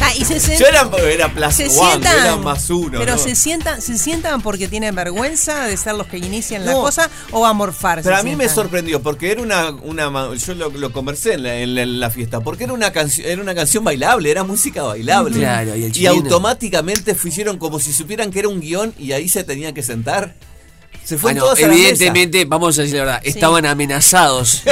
Ah, y se sen- Yo era, era plus se one, sientan, era más uno. pero ¿no? se sientan, se sientan porque tienen vergüenza de ser los que inician la No. cosa o a morfar. Pero se a mí me sientan. sorprendió porque era una, una ma- yo lo, lo conversé en la, en la- en la fiesta porque era una canción era una canción bailable era música bailable Claro, y el chileno. automáticamente fueron como si supieran que era un guión y ahí se tenían que sentar se fue Bueno, todos a la mesa. Ah, evidentemente, vamos a decir la verdad, estaban amenazados.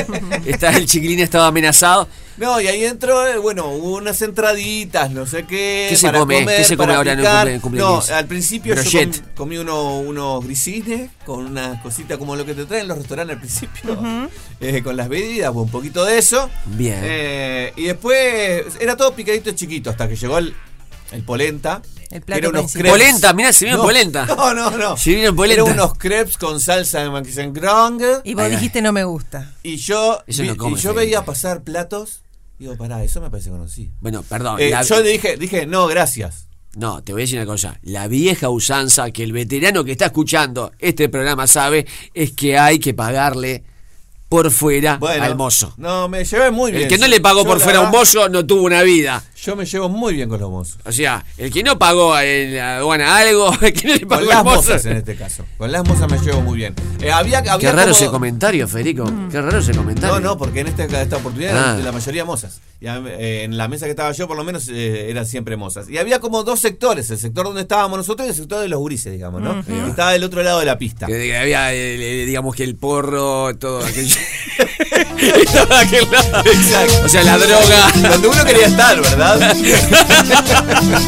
Está, el chiquilín estaba amenazado. no y ahí entró eh, bueno hubo unas entraditas no sé qué ¿Qué se para come? comer, ¿Qué se come para ahora en el picar. cumple- cumple no 15? al principio yo Brochette. com- comí uno- unos grisines con unas cositas como lo que te traen los restaurantes al principio Ujú. (laughs) eh, con las bebidas un poquito de eso Bien. Eh, y después era todo picadito chiquito hasta que llegó el, el polenta. El que era plato unos principal. crepes. Polenta, mirá, se vino No, polenta. (laughs) No, no, no. Se vino polenta. Era unos crepes con salsa de maquisangrong. Y vos dijiste no me gusta. Y yo, Eso vi- no come, y yo Felipe. veía pasar platos. Digo, pará, eso me parece conocido. Bueno, perdón. Eh, la- Yo le dije, dije, no, gracias. No, te voy a decir una cosa. La vieja usanza que el veterano que está escuchando este programa sabe es que hay que pagarle por fuera Bueno, al mozo. No, me llevé muy bien. El que no le pagó Yo, por la fuera a un verdad, mozo no tuvo una vida. Yo me llevo muy bien con los (laughs) mozos. O sea, el que no pagó en la aduana algo, (laughs) el que no le pagó Con al las mozo. mozas en este caso. Con las mozas me llevo muy bien. Eh, había, había Qué raro como- ese comentario, Federico. Qué raro ese comentario. No, no, porque en esta, esta oportunidad Ah. la mayoría mozas. Y a- eh, en la mesa que estaba yo, por lo menos, eh, eran siempre mozas. Y había como dos sectores: el sector donde estábamos nosotros y el sector de los gurises, digamos, ¿no? Ujú. Estaba del otro lado de la pista. Que diga- había, eh, eh, digamos que el porro, todo (laughs) aquello. Estaba de aquel lado. O sea, la droga. Donde uno quería estar, (laughs) ¿verdad? Ah.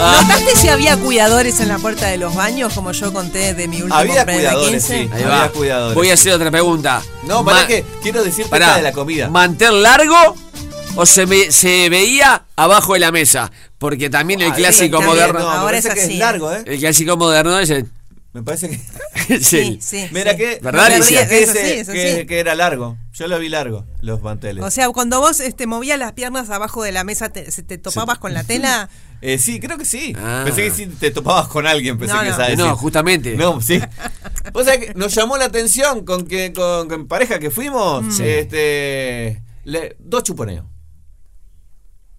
Ah, ¿Notaste si había cuidadores en la puerta de los baños, como yo conté de mi último Había cumpleaños de cuidadores, 15? sí. Ahí Había va. cuidadores. Voy a hacer otra pregunta. No, Ma- para que quiero decirte Pará. esta de la comida. ¿Mantel largo o se, ve- se veía abajo de la mesa? Porque también el Ah, clásico sí, moderno. no, me Ahora parece es que así. es largo, ¿eh? El clásico moderno es el. Me parece (laughs) que. es el- sí, Mira sí. que. ¿Verdad, que Alicia? ese- Eso sí, eso que, sí. que era largo. Yo lo vi largo, los manteles. O sea, cuando vos este, movías las piernas abajo de la mesa, te, se- te topabas (laughs) con la tela. Eh, sí, creo que sí. Ah. Pensé que sí te topabas con alguien, pensé No, que no. ibas a decir. No, justamente. No, sí. Vos sabés que nos llamó la atención con que con, con pareja que fuimos, Mm. Sí. este le- dos chuponeos.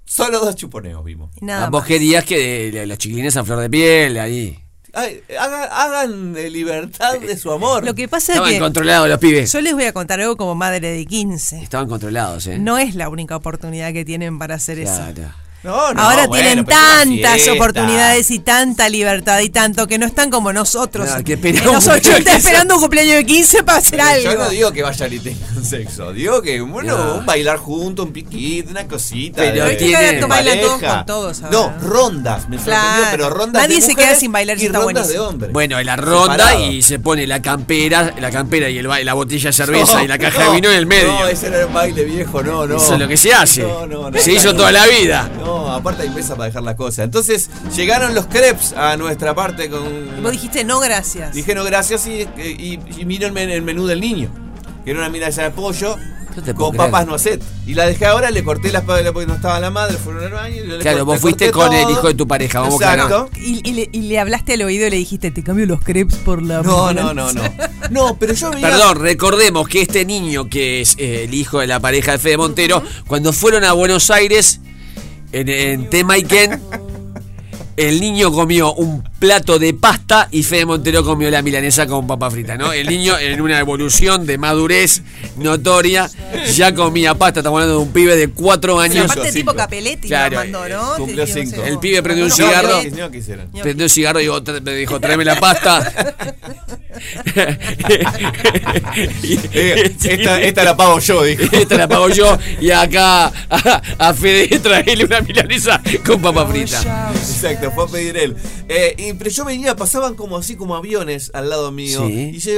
Solo dos chuponeos vimos. Y nada Ah, Vos más. querías que de- los chiquilines a flor de piel ahí. Ay, haga- hagan de libertad de su amor. Lo que pasa es Estaban que controlados los pibes. yo les voy a contar algo como madre de 15. Estaban controlados, ¿eh? No es la única oportunidad que tienen para hacer eso. Claro. No, no, Ahora bueno, tienen pero es una tantas fiesta. oportunidades y tanta libertad y tanto que no están como nosotros. Claro, que que esperamos los un 80 cumpleaños. esperando un cumpleaños de 15 para hacer Yo no algo. digo que vayan y tengan (laughs) sexo, digo que bueno, No. un bailar junto, un piquito, una cosita. Pero de- es que ahora toman la todos pareja. con todos ahora. No, rondas, me sorprendió, Claro. pero rondas Nadie de se mujeres queda sin bailar, eso y está rondas de buenísimo. hombres. Bueno, en la ronda Separado. y se pone la campera, la campera y el, ba- la botella de cerveza No, y la caja no, de vino en el medio. No, ese era el baile viejo, no, no. Eso es lo que se hace. No, no, no. se hizo No, toda la vida. No, No, aparte hay mesa para dejar las cosas. Entonces llegaron los crepes a nuestra parte con. Vos dijiste no gracias. Dije no, gracias y, y, y miro el, men- el menú del niño. Que era una milanesa de pollo puedo con creer. papas noacet. Y la dejé ahora, le corté las papas porque no estaba la madre, fueron al baño. y le Claro, cor- vos le fuiste corté con el todo. hijo de tu pareja. Vamos a Exacto. Y, y le, y le hablaste al oído y le dijiste, te cambio los crepes por la... No, no, no, (laughs) no. No, pero yo veía. Perdón, recordemos que este niño, que es eh, el hijo de la pareja de Fede Montero, cuando fueron a Buenos Aires, en, en Temaiken, el niño comió un plato de pasta y Fede Montero comió la milanesa con papa frita, ¿no? El niño, en una evolución de madurez notoria, ya comía pasta. Estamos hablando de un pibe de cuatro Pero años. aparte el tipo Capelletti Claro, lo mandó, ¿no? Cumplió Sí, no sé. cinco. El pibe prendió un No, cigarro. no, no, ¿qué hicieron? Prendió un cigarro y dijo, tra- me dijo, tráeme la (laughs) pasta. (laughs) Eh, esta- esta la pago yo, dijo. Esta la pago yo. Y acá a, a Fede traele una milanesa con papa frita. Exacto, fue a pedir él. Eh, y- pero yo venía, pasaban como así, como aviones al lado mío. Sí. Y yo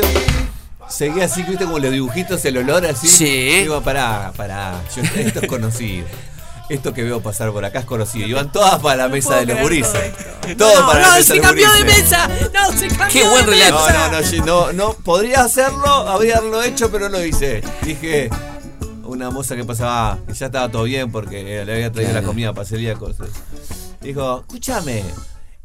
seguía así, viste, como los dibujitos, el olor así. Sí. Digo, pará, pará. yo- esto es conocido. Esto que veo pasar por acá es conocido. Iban todas para la mesa de los gurises. Todo No, para no, la mesa se de los cambió de gurises. mesa. No, se cambió Qué buen de relato. mesa. No, no, no, no, no, podría hacerlo, haberlo hecho, pero no lo hice. Dije, una moza que pasaba, que ya estaba todo bien porque eh, le había traído Claro. la comida para celíacos. eh. Dijo, escúchame,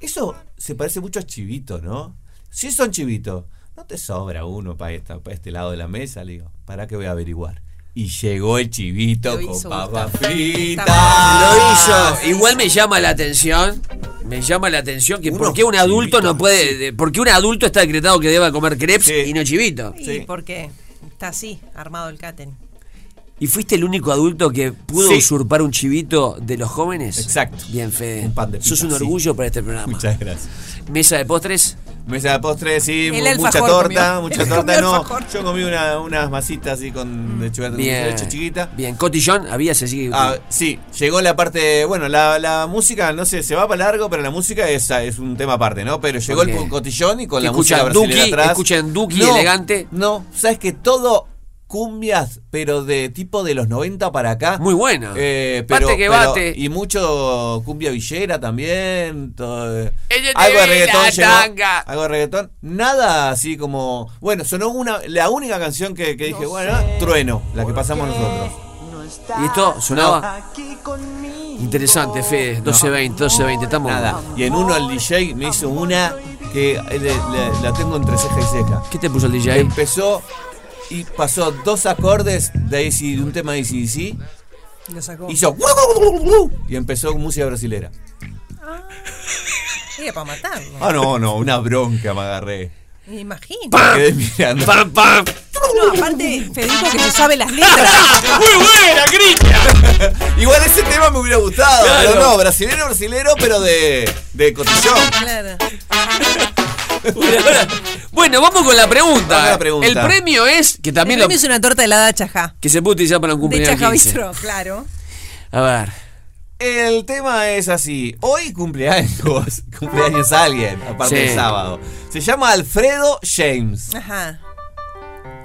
eso se parece mucho a chivito, ¿no? Si son chivitos, ¿no te sobra uno para este lado de la mesa? Le digo, ¿para qué voy a averiguar? Y llegó el chivito con papas fritas. Lo hizo. Igual me llama la atención. Me llama la atención que por qué un adulto no puede. de- ¿Por qué un adulto está decretado que deba comer crepes y no chivito? ¿Y por qué? Está así, armado el cáten. ¿Y fuiste el único adulto que pudo Sí. usurpar un chivito de los jóvenes? Exacto. Bien, Fede. Un pan de pita, Sos un sí. orgullo para este programa. Muchas gracias. ¿Mesa de postres? Mesa de postres, sí, El mu- mucha alfajor torta, comió. mucha Él torta, comió no. alfajor. Yo comí una- unas masitas así con de chocolate con Bien. leche chiquita. Bien, cotillón, había, se sigue. Ah, sí, llegó la parte, bueno, la, la música, no sé, se va para largo, pero la música es, es un tema aparte, ¿no? Pero llegó Ok. el cotillón y con ¿Qué la escuchan, música brasileña Duki? atrás. ¿Escuchan Duki, No, Elegante? No, sabes que todo cumbias, pero de tipo de los 90 para acá. Muy buena. Eh, Bate pero- que pero- bate. Y mucho cumbia villera también. todo, eh, Ella te algo de ve reggaetón la llegó, tanga. Algo de reggaetón. Nada así como. Bueno, sonó una. La única canción que, que dije, bueno, trueno, la que pasamos nosotros. ¿Y esto sonaba? Interesante, Fede. 12.20, 12.20, estamos. Nada. Y en uno el DJ me hizo una que eh, le- le- la tengo entre ceja y ceja. ¿Qué te puso el DJ? Empezó y pasó dos acordes de, AC, de un tema de ACDC. Lo sacó. Hizo. Y empezó con música brasilera. Ah. Era para matarlo. Ah, no, no, una bronca me agarré. Me imagino. Me quedé mirando. No, aparte, Federico que se sabe las letras. Ah, ¡Muy buena, Cristian! Igual ese tema me hubiera gustado. Claro. Pero no, brasilero, brasilero, pero de, de cotillón. Claro. Bueno, vamos con la pregunta. Vamos a la pregunta. El premio es. Que El también lo. premio es una torta helada chajá. Que se puede utilizar para un De cumpleaños. chajá 15. bistro, claro. A ver. El tema es así. Hoy (laughs) cumpleaños. cumpleaños alguien, aparte Sí. del sábado. Se llama Alfredo James. Ajá.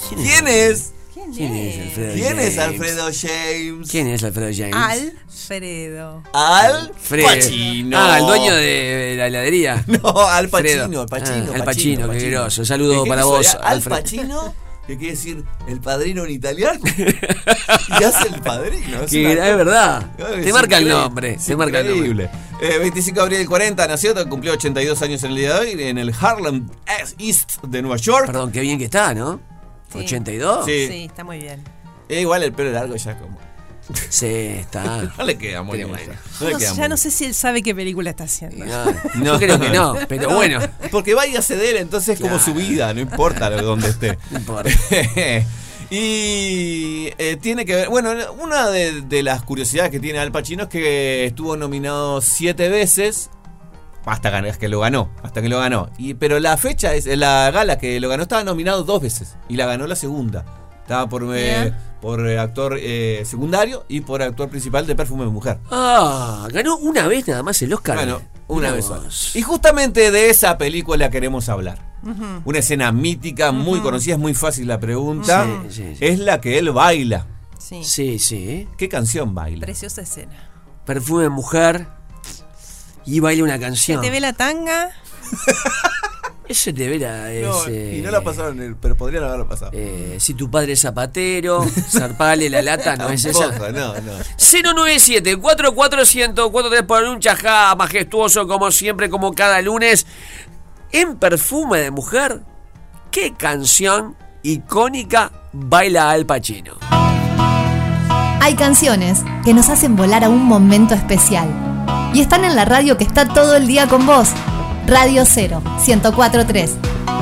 ¿Quién es? ¿Quién es Alfredo ¿Quién James? es Alfredo James? ¿Quién es Alfredo James? Ah, Alfredo. Al Fred. Pacino. Ah, el dueño de, de la heladería. (laughs) No, Al Fredo. Pacino, Al Pacino. Ah, Al Pacino, qué Pacino. groso. Saludo ¿Qué para quiere vos, decir? Al Alfredo. Pacino, que quiere decir el padrino en italiano. (laughs) y hace el padrino. Que una es cosa- verdad. Ay, Te es marca el increíble. nombre, Es te marca el nombre. increíble. Eh, 25 de abril del 40, nació, cumplió 82 años en el día de hoy en el Harlem East de Nueva York. Perdón, qué bien que está, ¿no? Sí. ¿82? Sí. Sí, está muy bien. Eh, igual el pelo largo ya como. Sí, está. (laughs) No le queda muy Pero bien bueno. ya. No le No sé, queda ya muy no sé si él sabe qué película está haciendo. No, yo creo que no, pero bueno. Porque va y hace de él, entonces es como Claro. su vida, no importa lo- dónde esté. (laughs) No importa. (laughs) y eh, tiene que ver. Bueno, una de, de las curiosidades que tiene Al Pacino es que estuvo nominado siete veces. Hasta gan- es que lo ganó, hasta que lo ganó. Y, pero la fecha es, la gala que lo ganó estaba nominado dos veces. Y la ganó la segunda. Estaba por, eh, Bien. por eh, actor eh, secundario y por actor principal de Perfume de Mujer. Ah, ganó una vez nada más el Oscar. Bueno, una Mirá vez vos. más. Y justamente de esa película queremos hablar. Una escena mítica, muy conocida, es muy fácil la pregunta. Sí, sí, sí. Es la que él baila. Sí. Sí, sí. ¿Qué canción baila? Preciosa escena. perfume de mujer y baila una ¿Se canción. te ve la tanga? Ese te ve la. No, ese- y no la pasaron, el- pero podrían haberla pasado. eh, si tu padre es (laughs) zapatero, zarpale la lata, no es esa. Tampoco, No, no. 097 44143 por un chajá majestuoso como siempre, como cada lunes. En perfume de mujer, ¿qué canción icónica baila Al Pacino? Hay canciones que nos hacen volar a un momento especial. Y están en la radio que está todo el día con vos. Radio 0, 1043.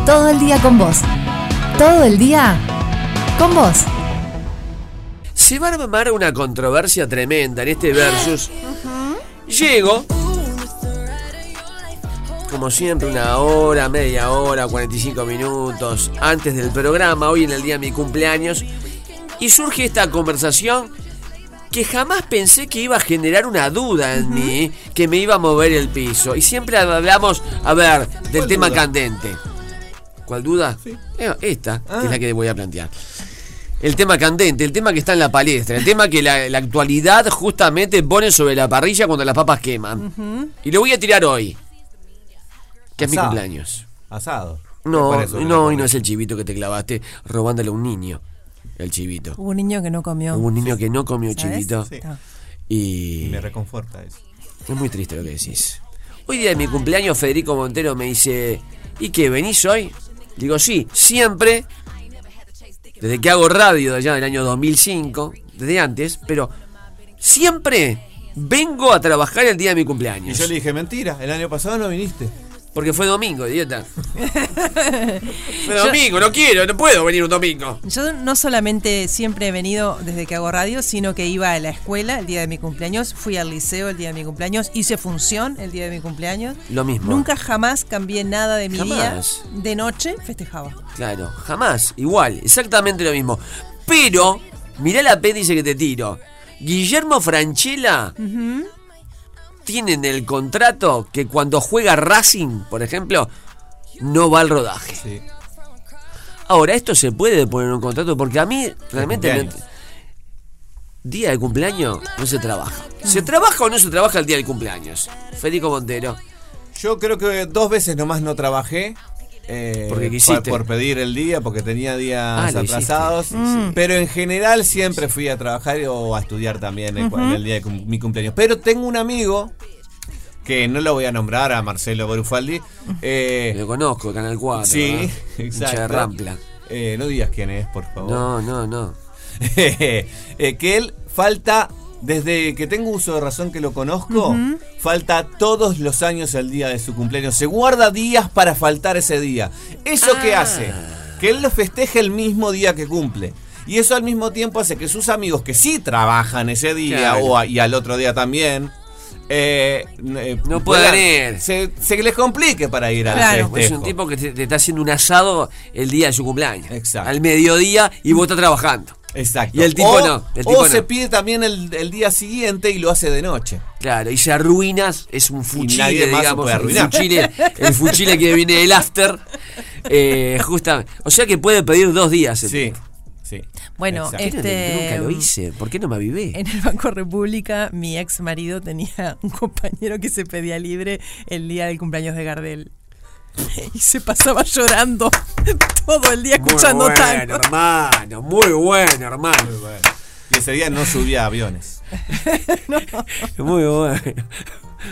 Todo el día con vos. Todo el día con vos. Se va a armar una controversia tremenda en este versus. Llego. Como siempre, una hora, media hora, 45 minutos antes del programa, hoy en el día de mi cumpleaños. Y surge esta conversación que jamás pensé que iba a generar una duda en mí, que me iba a mover el piso. Y siempre hablamos, a ver, del tema duda? candente. ¿Cuál duda? Eh, Esta, que es la que voy a plantear. El tema candente, el tema que está en la palestra, el tema que la, la actualidad justamente pone sobre la parrilla cuando las papas queman. Y lo voy a tirar hoy, que es mi Asado. cumpleaños. Asado. No, Por eso, no, y no es el chivito que te clavaste robándole a un niño, el chivito. Hubo un niño que no comió. Hubo un niño que no comió ¿Sabes? chivito. Sí. Ah. Y... Me reconforta eso. Es muy triste lo que decís. Hoy día de mi cumpleaños, Federico Montero me dice, ¿y qué, venís hoy? Digo, sí, siempre, desde que hago radio de allá del año 2005, desde antes, pero siempre vengo a trabajar el día de mi Y cumpleaños. yo le dije, mentira, el año pasado no viniste. Porque fue domingo, (laughs) idiota. Fue domingo, no quiero, no puedo venir un domingo. Yo no solamente siempre he venido desde que hago radio, sino que iba a la escuela el día de mi cumpleaños, fui al liceo el día de mi cumpleaños, hice función el día de mi cumpleaños. Lo mismo. Nunca jamás cambié nada de mi Jamás. día. De noche festejaba. Claro, jamás, igual, exactamente lo mismo. Pero, mirá la péndice que te tiro. Guillermo Franchella tiene en el contrato que cuando juega Racing, por ejemplo, no va al rodaje. Ahora, esto se puede poner en un contrato porque a mí realmente... me- cumpleaños. Día de cumpleaños no se trabaja. ¿Se trabaja o no se trabaja el día del cumpleaños? Federico Montero. Yo creo que dos veces nomás no trabajé. eh, Porque por, quisiste. por pedir el día, porque tenía días Ah, lo atrasados. hiciste, lo Mm. hiciste. Pero en general siempre fui a trabajar o a estudiar también en, cu- en el día de cum- mi cumpleaños. Pero tengo un amigo que no lo voy a nombrar, a Marcelo Borufaldi. eh, Lo conozco, Canal 4. Sí, (laughs) ¿verdad? exacto. Hincha de Rampla. Eh, no digas quién es, por favor. No, no, no. (laughs) Eh, que él falta, desde que tengo uso de razón que lo conozco, Ujú. falta todos los años el día de su cumpleaños. Se guarda días para faltar ese día. ¿Eso que hace? Que él lo festeje el mismo día que cumple. Y eso al mismo tiempo hace que sus amigos que sí trabajan ese día Claro. o a- y al otro día también. eh, eh, No puedan- pueden ir. Se, se les complique para ir al Es festejo. un tipo que te, te está haciendo un asado el día de su cumpleaños. Exacto. Al mediodía y vos estás trabajando. Exacto. Y el tipo o, no. El o tipo no. se pide también el, el día siguiente y lo hace de noche. Claro, y se arruinas, es un fuchile, nadie más se digamos. puede el, arruinar. fuchile, (laughs) el fuchile que viene del after. Eh, justamente. O sea que puede pedir dos días. Sí, sí. Bueno, este- Nunca lo hice. ¿Por qué no me avivé? En el Banco República, mi ex marido tenía (laughs) un compañero que se pedía libre el día del cumpleaños de Gardel. (laughs) Y se pasaba llorando (laughs) todo el día escuchando muy bueno, tango. Ah, hermano. Muy bueno, hermano. Muy bueno. Y ese día no subía a aviones. Muy bueno. (laughs)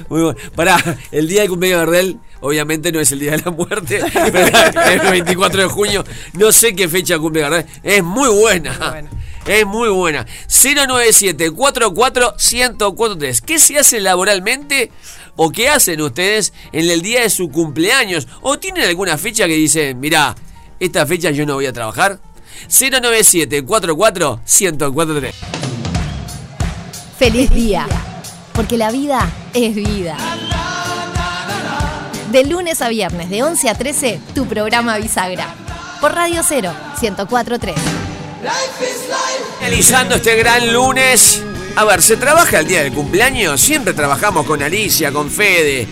Muy bueno. Pará, el día del cumpleaños de Gardel, obviamente no es el día de la (laughs) muerte, pero es el 24 de junio. No sé qué fecha cumple Gardel. Es muy buena. Es muy buena. 097 44 1043 ¿Qué se hace laboralmente o qué hacen ustedes en el día de su cumpleaños? ¿O tienen alguna fecha que dicen, mirá, esta fecha yo no voy a trabajar? 097 44 1043 Feliz día, porque la vida es vida. De lunes a viernes, de 11 a 13, tu programa Bisagra. Por Radio 0, 1043. Finalizando este gran lunes. A ver, ¿se trabaja el día del cumpleaños? Siempre trabajamos con Alicia, con Fede.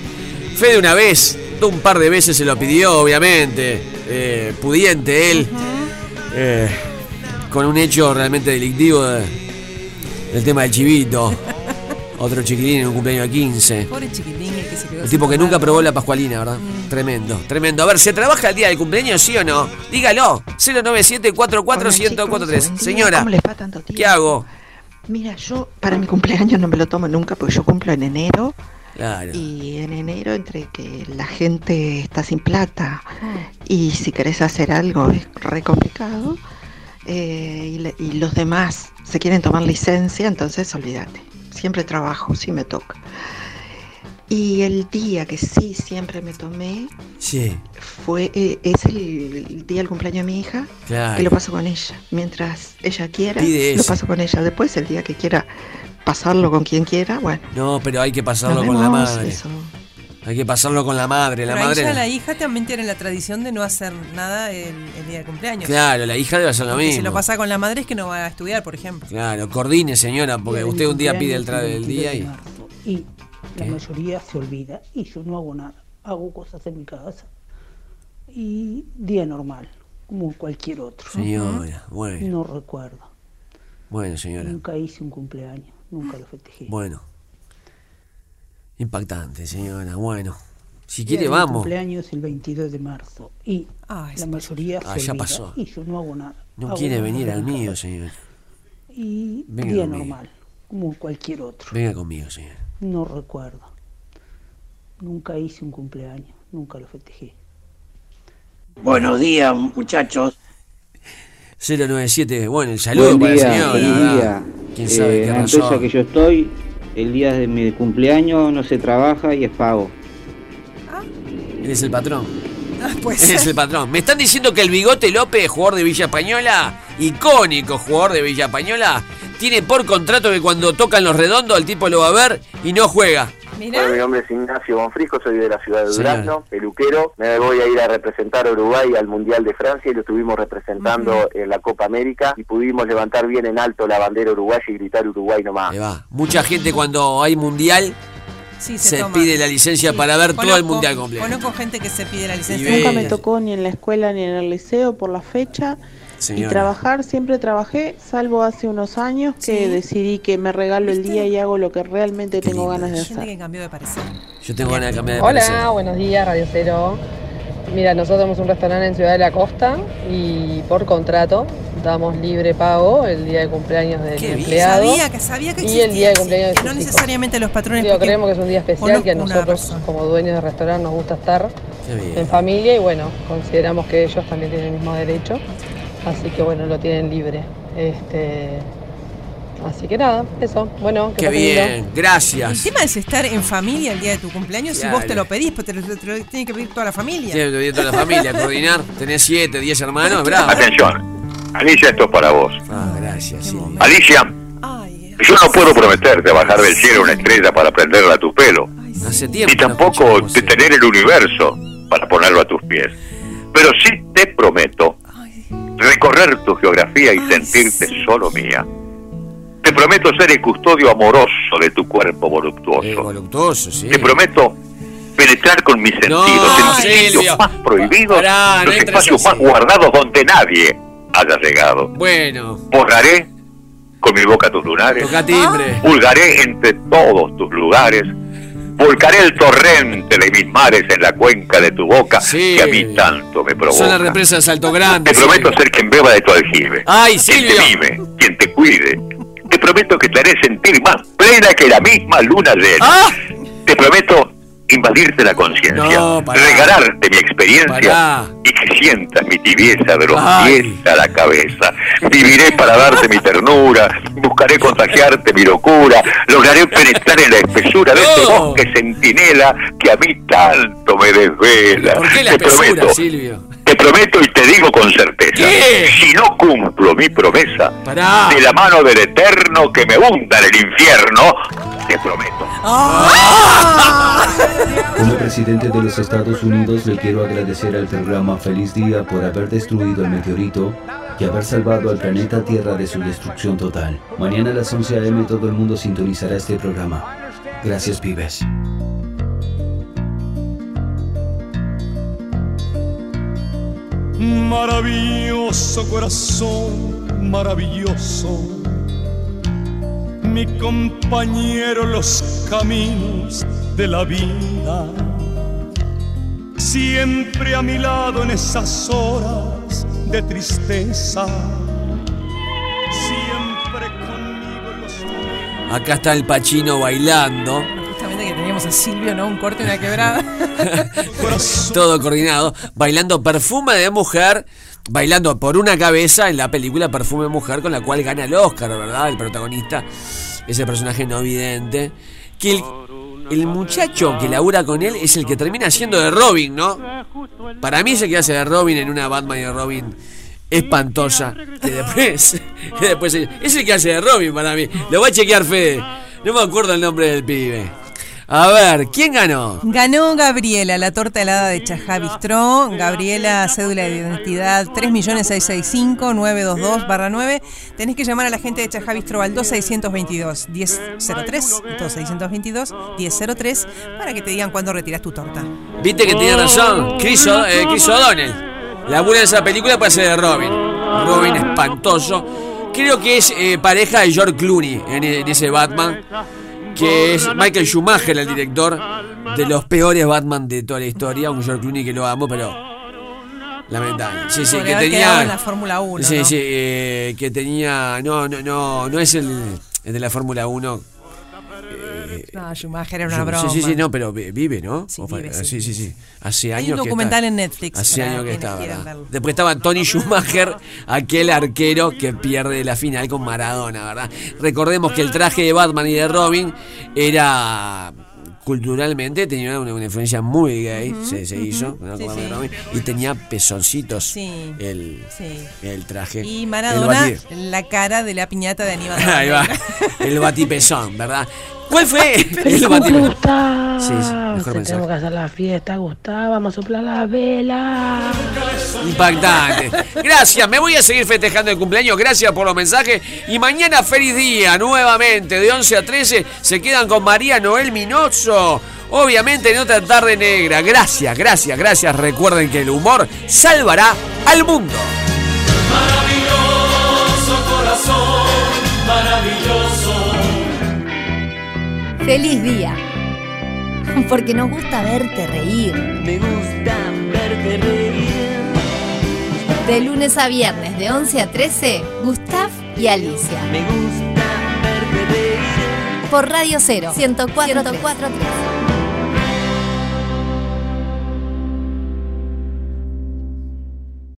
Fede una vez, un par de veces se lo pidió, obviamente. eh, pudiente él. Eh, (laughs) con un hecho realmente delictivo de- del tema del chivito. Otro chiquilín en un cumpleaños de 15. Pobre chiquitín el que se quedó. El sin tipo que tomar. nunca probó la pascualina, ¿verdad? Tremendo, tremendo. A ver, ¿se trabaja el día del cumpleaños, sí o no? Dígalo. 097 Buen día, Señora, ¿Cómo les va tanto tiempo? ¿qué hago? Mira, yo para mi cumpleaños no me lo tomo nunca porque yo cumplo en enero. Claro. Y en enero, entre que la gente está sin plata y si querés hacer algo es re complicado, eh, y, le- y los demás se quieren tomar licencia, entonces olvídate. Siempre trabajo, sí me toca. Y el día que sí siempre me tomé Sí, fue eh, es el, el día del cumpleaños de mi hija Claro. que lo paso con ella mientras ella quiera Pide lo eso. paso con ella después el día que quiera pasarlo con quien quiera bueno No, pero hay que pasarlo Nos con la vemos, madre. eso. Hay que pasarlo con la madre. La Pero ahí madre. ya la hija también tiene la tradición de no hacer nada el, el día de cumpleaños. Claro, la hija debe hacer lo Porque Si mismo. lo pasa con la madre es que no va a estudiar, por ejemplo. Claro, coordine, señora, porque Día de usted mi un día pide el trago cumpleaños, del día y. y la ¿Qué? mayoría se olvida y yo no hago nada, hago cosas en mi casa y día normal, como cualquier otro. Señora, bueno. No recuerdo, Bueno, señora. nunca hice un cumpleaños, nunca lo festejé. Bueno. Impactante, señora. Bueno. Si Día quiere, de mi vamos. cumpleaños el 22 de marzo y la mayoría se Ah, ya olvida pasó. y yo no hago nada. No hago quiere cosas venir en al mi mío, casa señor. Y Venga día conmigo. normal, como cualquier otro. Venga conmigo, señor. No recuerdo. Nunca hice un cumpleaños, nunca lo festejé. Buenos días, muchachos. 097. Bueno, el saludo Buen para día, el señor. feliz ¿verdad? día. ¿Quién sabe Eh, qué la razón? empresa que yo estoy, el día de mi cumpleaños no se trabaja y es pago. Él es el patrón. Ah, pues. Él es el patrón. Me están diciendo que el Bigote López, jugador de Villa Española, icónico jugador de Villa Española, tiene por contrato que cuando tocan los redondos el tipo lo va a ver y no juega. Bueno, mi nombre es Ignacio Bonfrisco, soy de la ciudad de Señor. Durazno, peluquero. Me voy a ir a representar a Uruguay al Mundial de Francia y lo estuvimos representando en la Copa América y pudimos levantar bien en alto la bandera uruguaya y gritar Uruguay nomás. Mucha gente cuando hay mundial se se, toma. pide la licencia para ver todo el mundial completo. Conozco gente que se pide la licencia. Nivel. Nunca me tocó ni en la escuela ni en el liceo por la fecha. Señora. Y trabajar, siempre trabajé, salvo hace unos años que decidí que me regalo el día y hago lo que realmente tengo ganas de hacer. Yo tengo ganas de cambiar de Hola, parecer. buenos días, Radio Cero. Mira, nosotros tenemos un restaurante en Ciudad de la Costa y por contrato damos libre pago el día de cumpleaños del Qué bien. empleado Sabía que- sabía que y el día existía, de sí, cumpleaños de que sus no hijos. necesariamente los patrones, Digo, porque creemos que es un día especial que a conozco una nosotros como dueños de restaurante nos gusta estar Qué bien. en familia y bueno, consideramos que ellos también tienen el mismo derecho, así que bueno, lo tienen libre. Este, así que nada, eso. Bueno, que Qué pasen lindo. bien, gracias. El tema es estar en familia el día de tu cumpleaños si vos Claro. te lo pedís, porque te lo, te lo tiene que pedir toda la familia. Tiene que pedir toda la (laughs) familia, coordinar. Tenés 7, 10 hermanos, es bravo. Atención, Alicia, esto es para vos. Ah, gracias, sí. Alicia, yo no puedo prometerte bajar del cielo una estrella para prenderla a tu pelo, Hace ni tiempo. tampoco detener el universo para ponerlo a tus pies. Pero sí te prometo recorrer tu geografía y sentirte solo mía. Te prometo ser el custodio amoroso de tu cuerpo voluptuoso. Te prometo penetrar con mis sentidos en los sitios más prohibidos, los espacios más guardados donde nadie haya llegado. Bueno, Borraré con mi boca tus lunares. Ah. Toca timbre. Pulgaré entre todos tus lugares. Volcaré el torrente de mis mares en la cuenca de tu boca que a mí tanto me son las provoca. represas de Salto Grande. Te prometo ser quien beba de tu aljibe. ¡Ay, quien Silvio! te mime, quien te cuide. Te prometo que te haré sentir más plena que la misma luna llena. Ah. Te prometo invadirte la conciencia, regalarte mi experiencia y que sientas mi tibieza de los pies a la cabeza. Viviré para darte mi ternura, buscaré contagiarte mi locura, lograré penetrar en la espesura de este bosque centinela que a mí tanto me desvela. ¿Por qué la Te prometo, espesura, Silvio? te prometo y te digo con certeza, ¿Qué? si no cumplo mi promesa, Pará. de la mano del Eterno que me hunda en el infierno, te prometo. Como presidente de los Estados Unidos le quiero agradecer al programa Feliz Día por haber destruido el meteorito y haber salvado al planeta Tierra de su destrucción total. Mañana a las 11 a.m. todo el mundo sintonizará este programa. Gracias, pibes. Maravilloso corazón, maravilloso. mi compañero, los caminos de la vida. Siempre a mi lado en esas horas de tristeza. Siempre conmigo los Acá está el Pachino bailando. Justamente que teníamos a Silvio, ¿no? Un corte y una quebrada. Todo coordinado. Bailando perfume de mujer. Bailando por una cabeza en la película Perfume de Mujer, con la cual gana el Oscar, ¿verdad? El protagonista, ese personaje no vidente. Que el, el muchacho que labura con él es el que termina siendo de Robin, ¿no? Para mí es el que hace de Robin en una Batman y Robin espantosa. Que después, (laughs) que después es, es el que hace de Robin para mí. Lo va a chequear Fede. No me acuerdo el nombre del pibe. A ver, ¿quién ganó? Ganó Gabriela la torta helada de Chajá Bistró. Gabriela, cédula de identidad 3.665.922-9. Tenés que llamar a la gente de Chajá Bistró al 2622-1003, 2622-1003, para que te digan cuándo retiras tu torta. Viste que tiene razón, Chris, O- eh, Chris O'Donnell. Labura en esa película para ser de Robin. Robin espantoso. Creo que es eh, pareja de George Clooney en, e-, en ese Batman. Que es Michael Schumacher, el director de los peores Batman de toda la historia. Un George Clooney que lo amo, pero. Lamentable. Sí, sí, Por que haber quedado en la tenía. Fórmula 1. Sí, ¿no? sí, eh, que tenía. No, no, no, no es el, el de la Fórmula eh, 1. No, Ah, Schumacher era una Yo- broma. Sí, sí, sí, no, pero vi- vive, ¿no? O fue- vive, Sí, sí, sí, sí, Hace Hay años un que documental está. en Netflix Hace para años que quienes estaba. quieran ¿verdad? verlo. Después estaba Tony Schumacher, aquel arquero que pierde la final con Maradona, ¿verdad? Recordemos que el traje de Batman y de Robin era culturalmente tenía una, una influencia muy gay, se, se hizo, ¿no? sí, Con Batman y sí. Robin, y tenía pezoncitos Sí, el, sí. el traje. Y el Maradona, (laughs) bati- la cara de la piñata (laughs) de Aníbal. Ahí va. El batipezón, ¿verdad? ¿Cuál fue el batipezón? Gustavo, Sí, sí, mejor mensaje. tenemos que hacer la fiesta, Gustavo, vamos a soplar las velas. Impactante. Gracias, me voy a seguir festejando el cumpleaños. Gracias por los mensajes. Y mañana feliz día nuevamente, de 11 a 13. Se quedan con María Noel Minozo. Obviamente en otra tarde negra. Gracias, gracias, gracias. Recuerden que el humor salvará al mundo. Maravilloso corazón, maravilloso. Feliz día. (laughs) Porque nos gusta verte reír. Me gusta verte reír. De lunes a viernes, de 11 a 13, Gustav y Alicia. Me gusta verte reír. Por Radio 0, 104.3.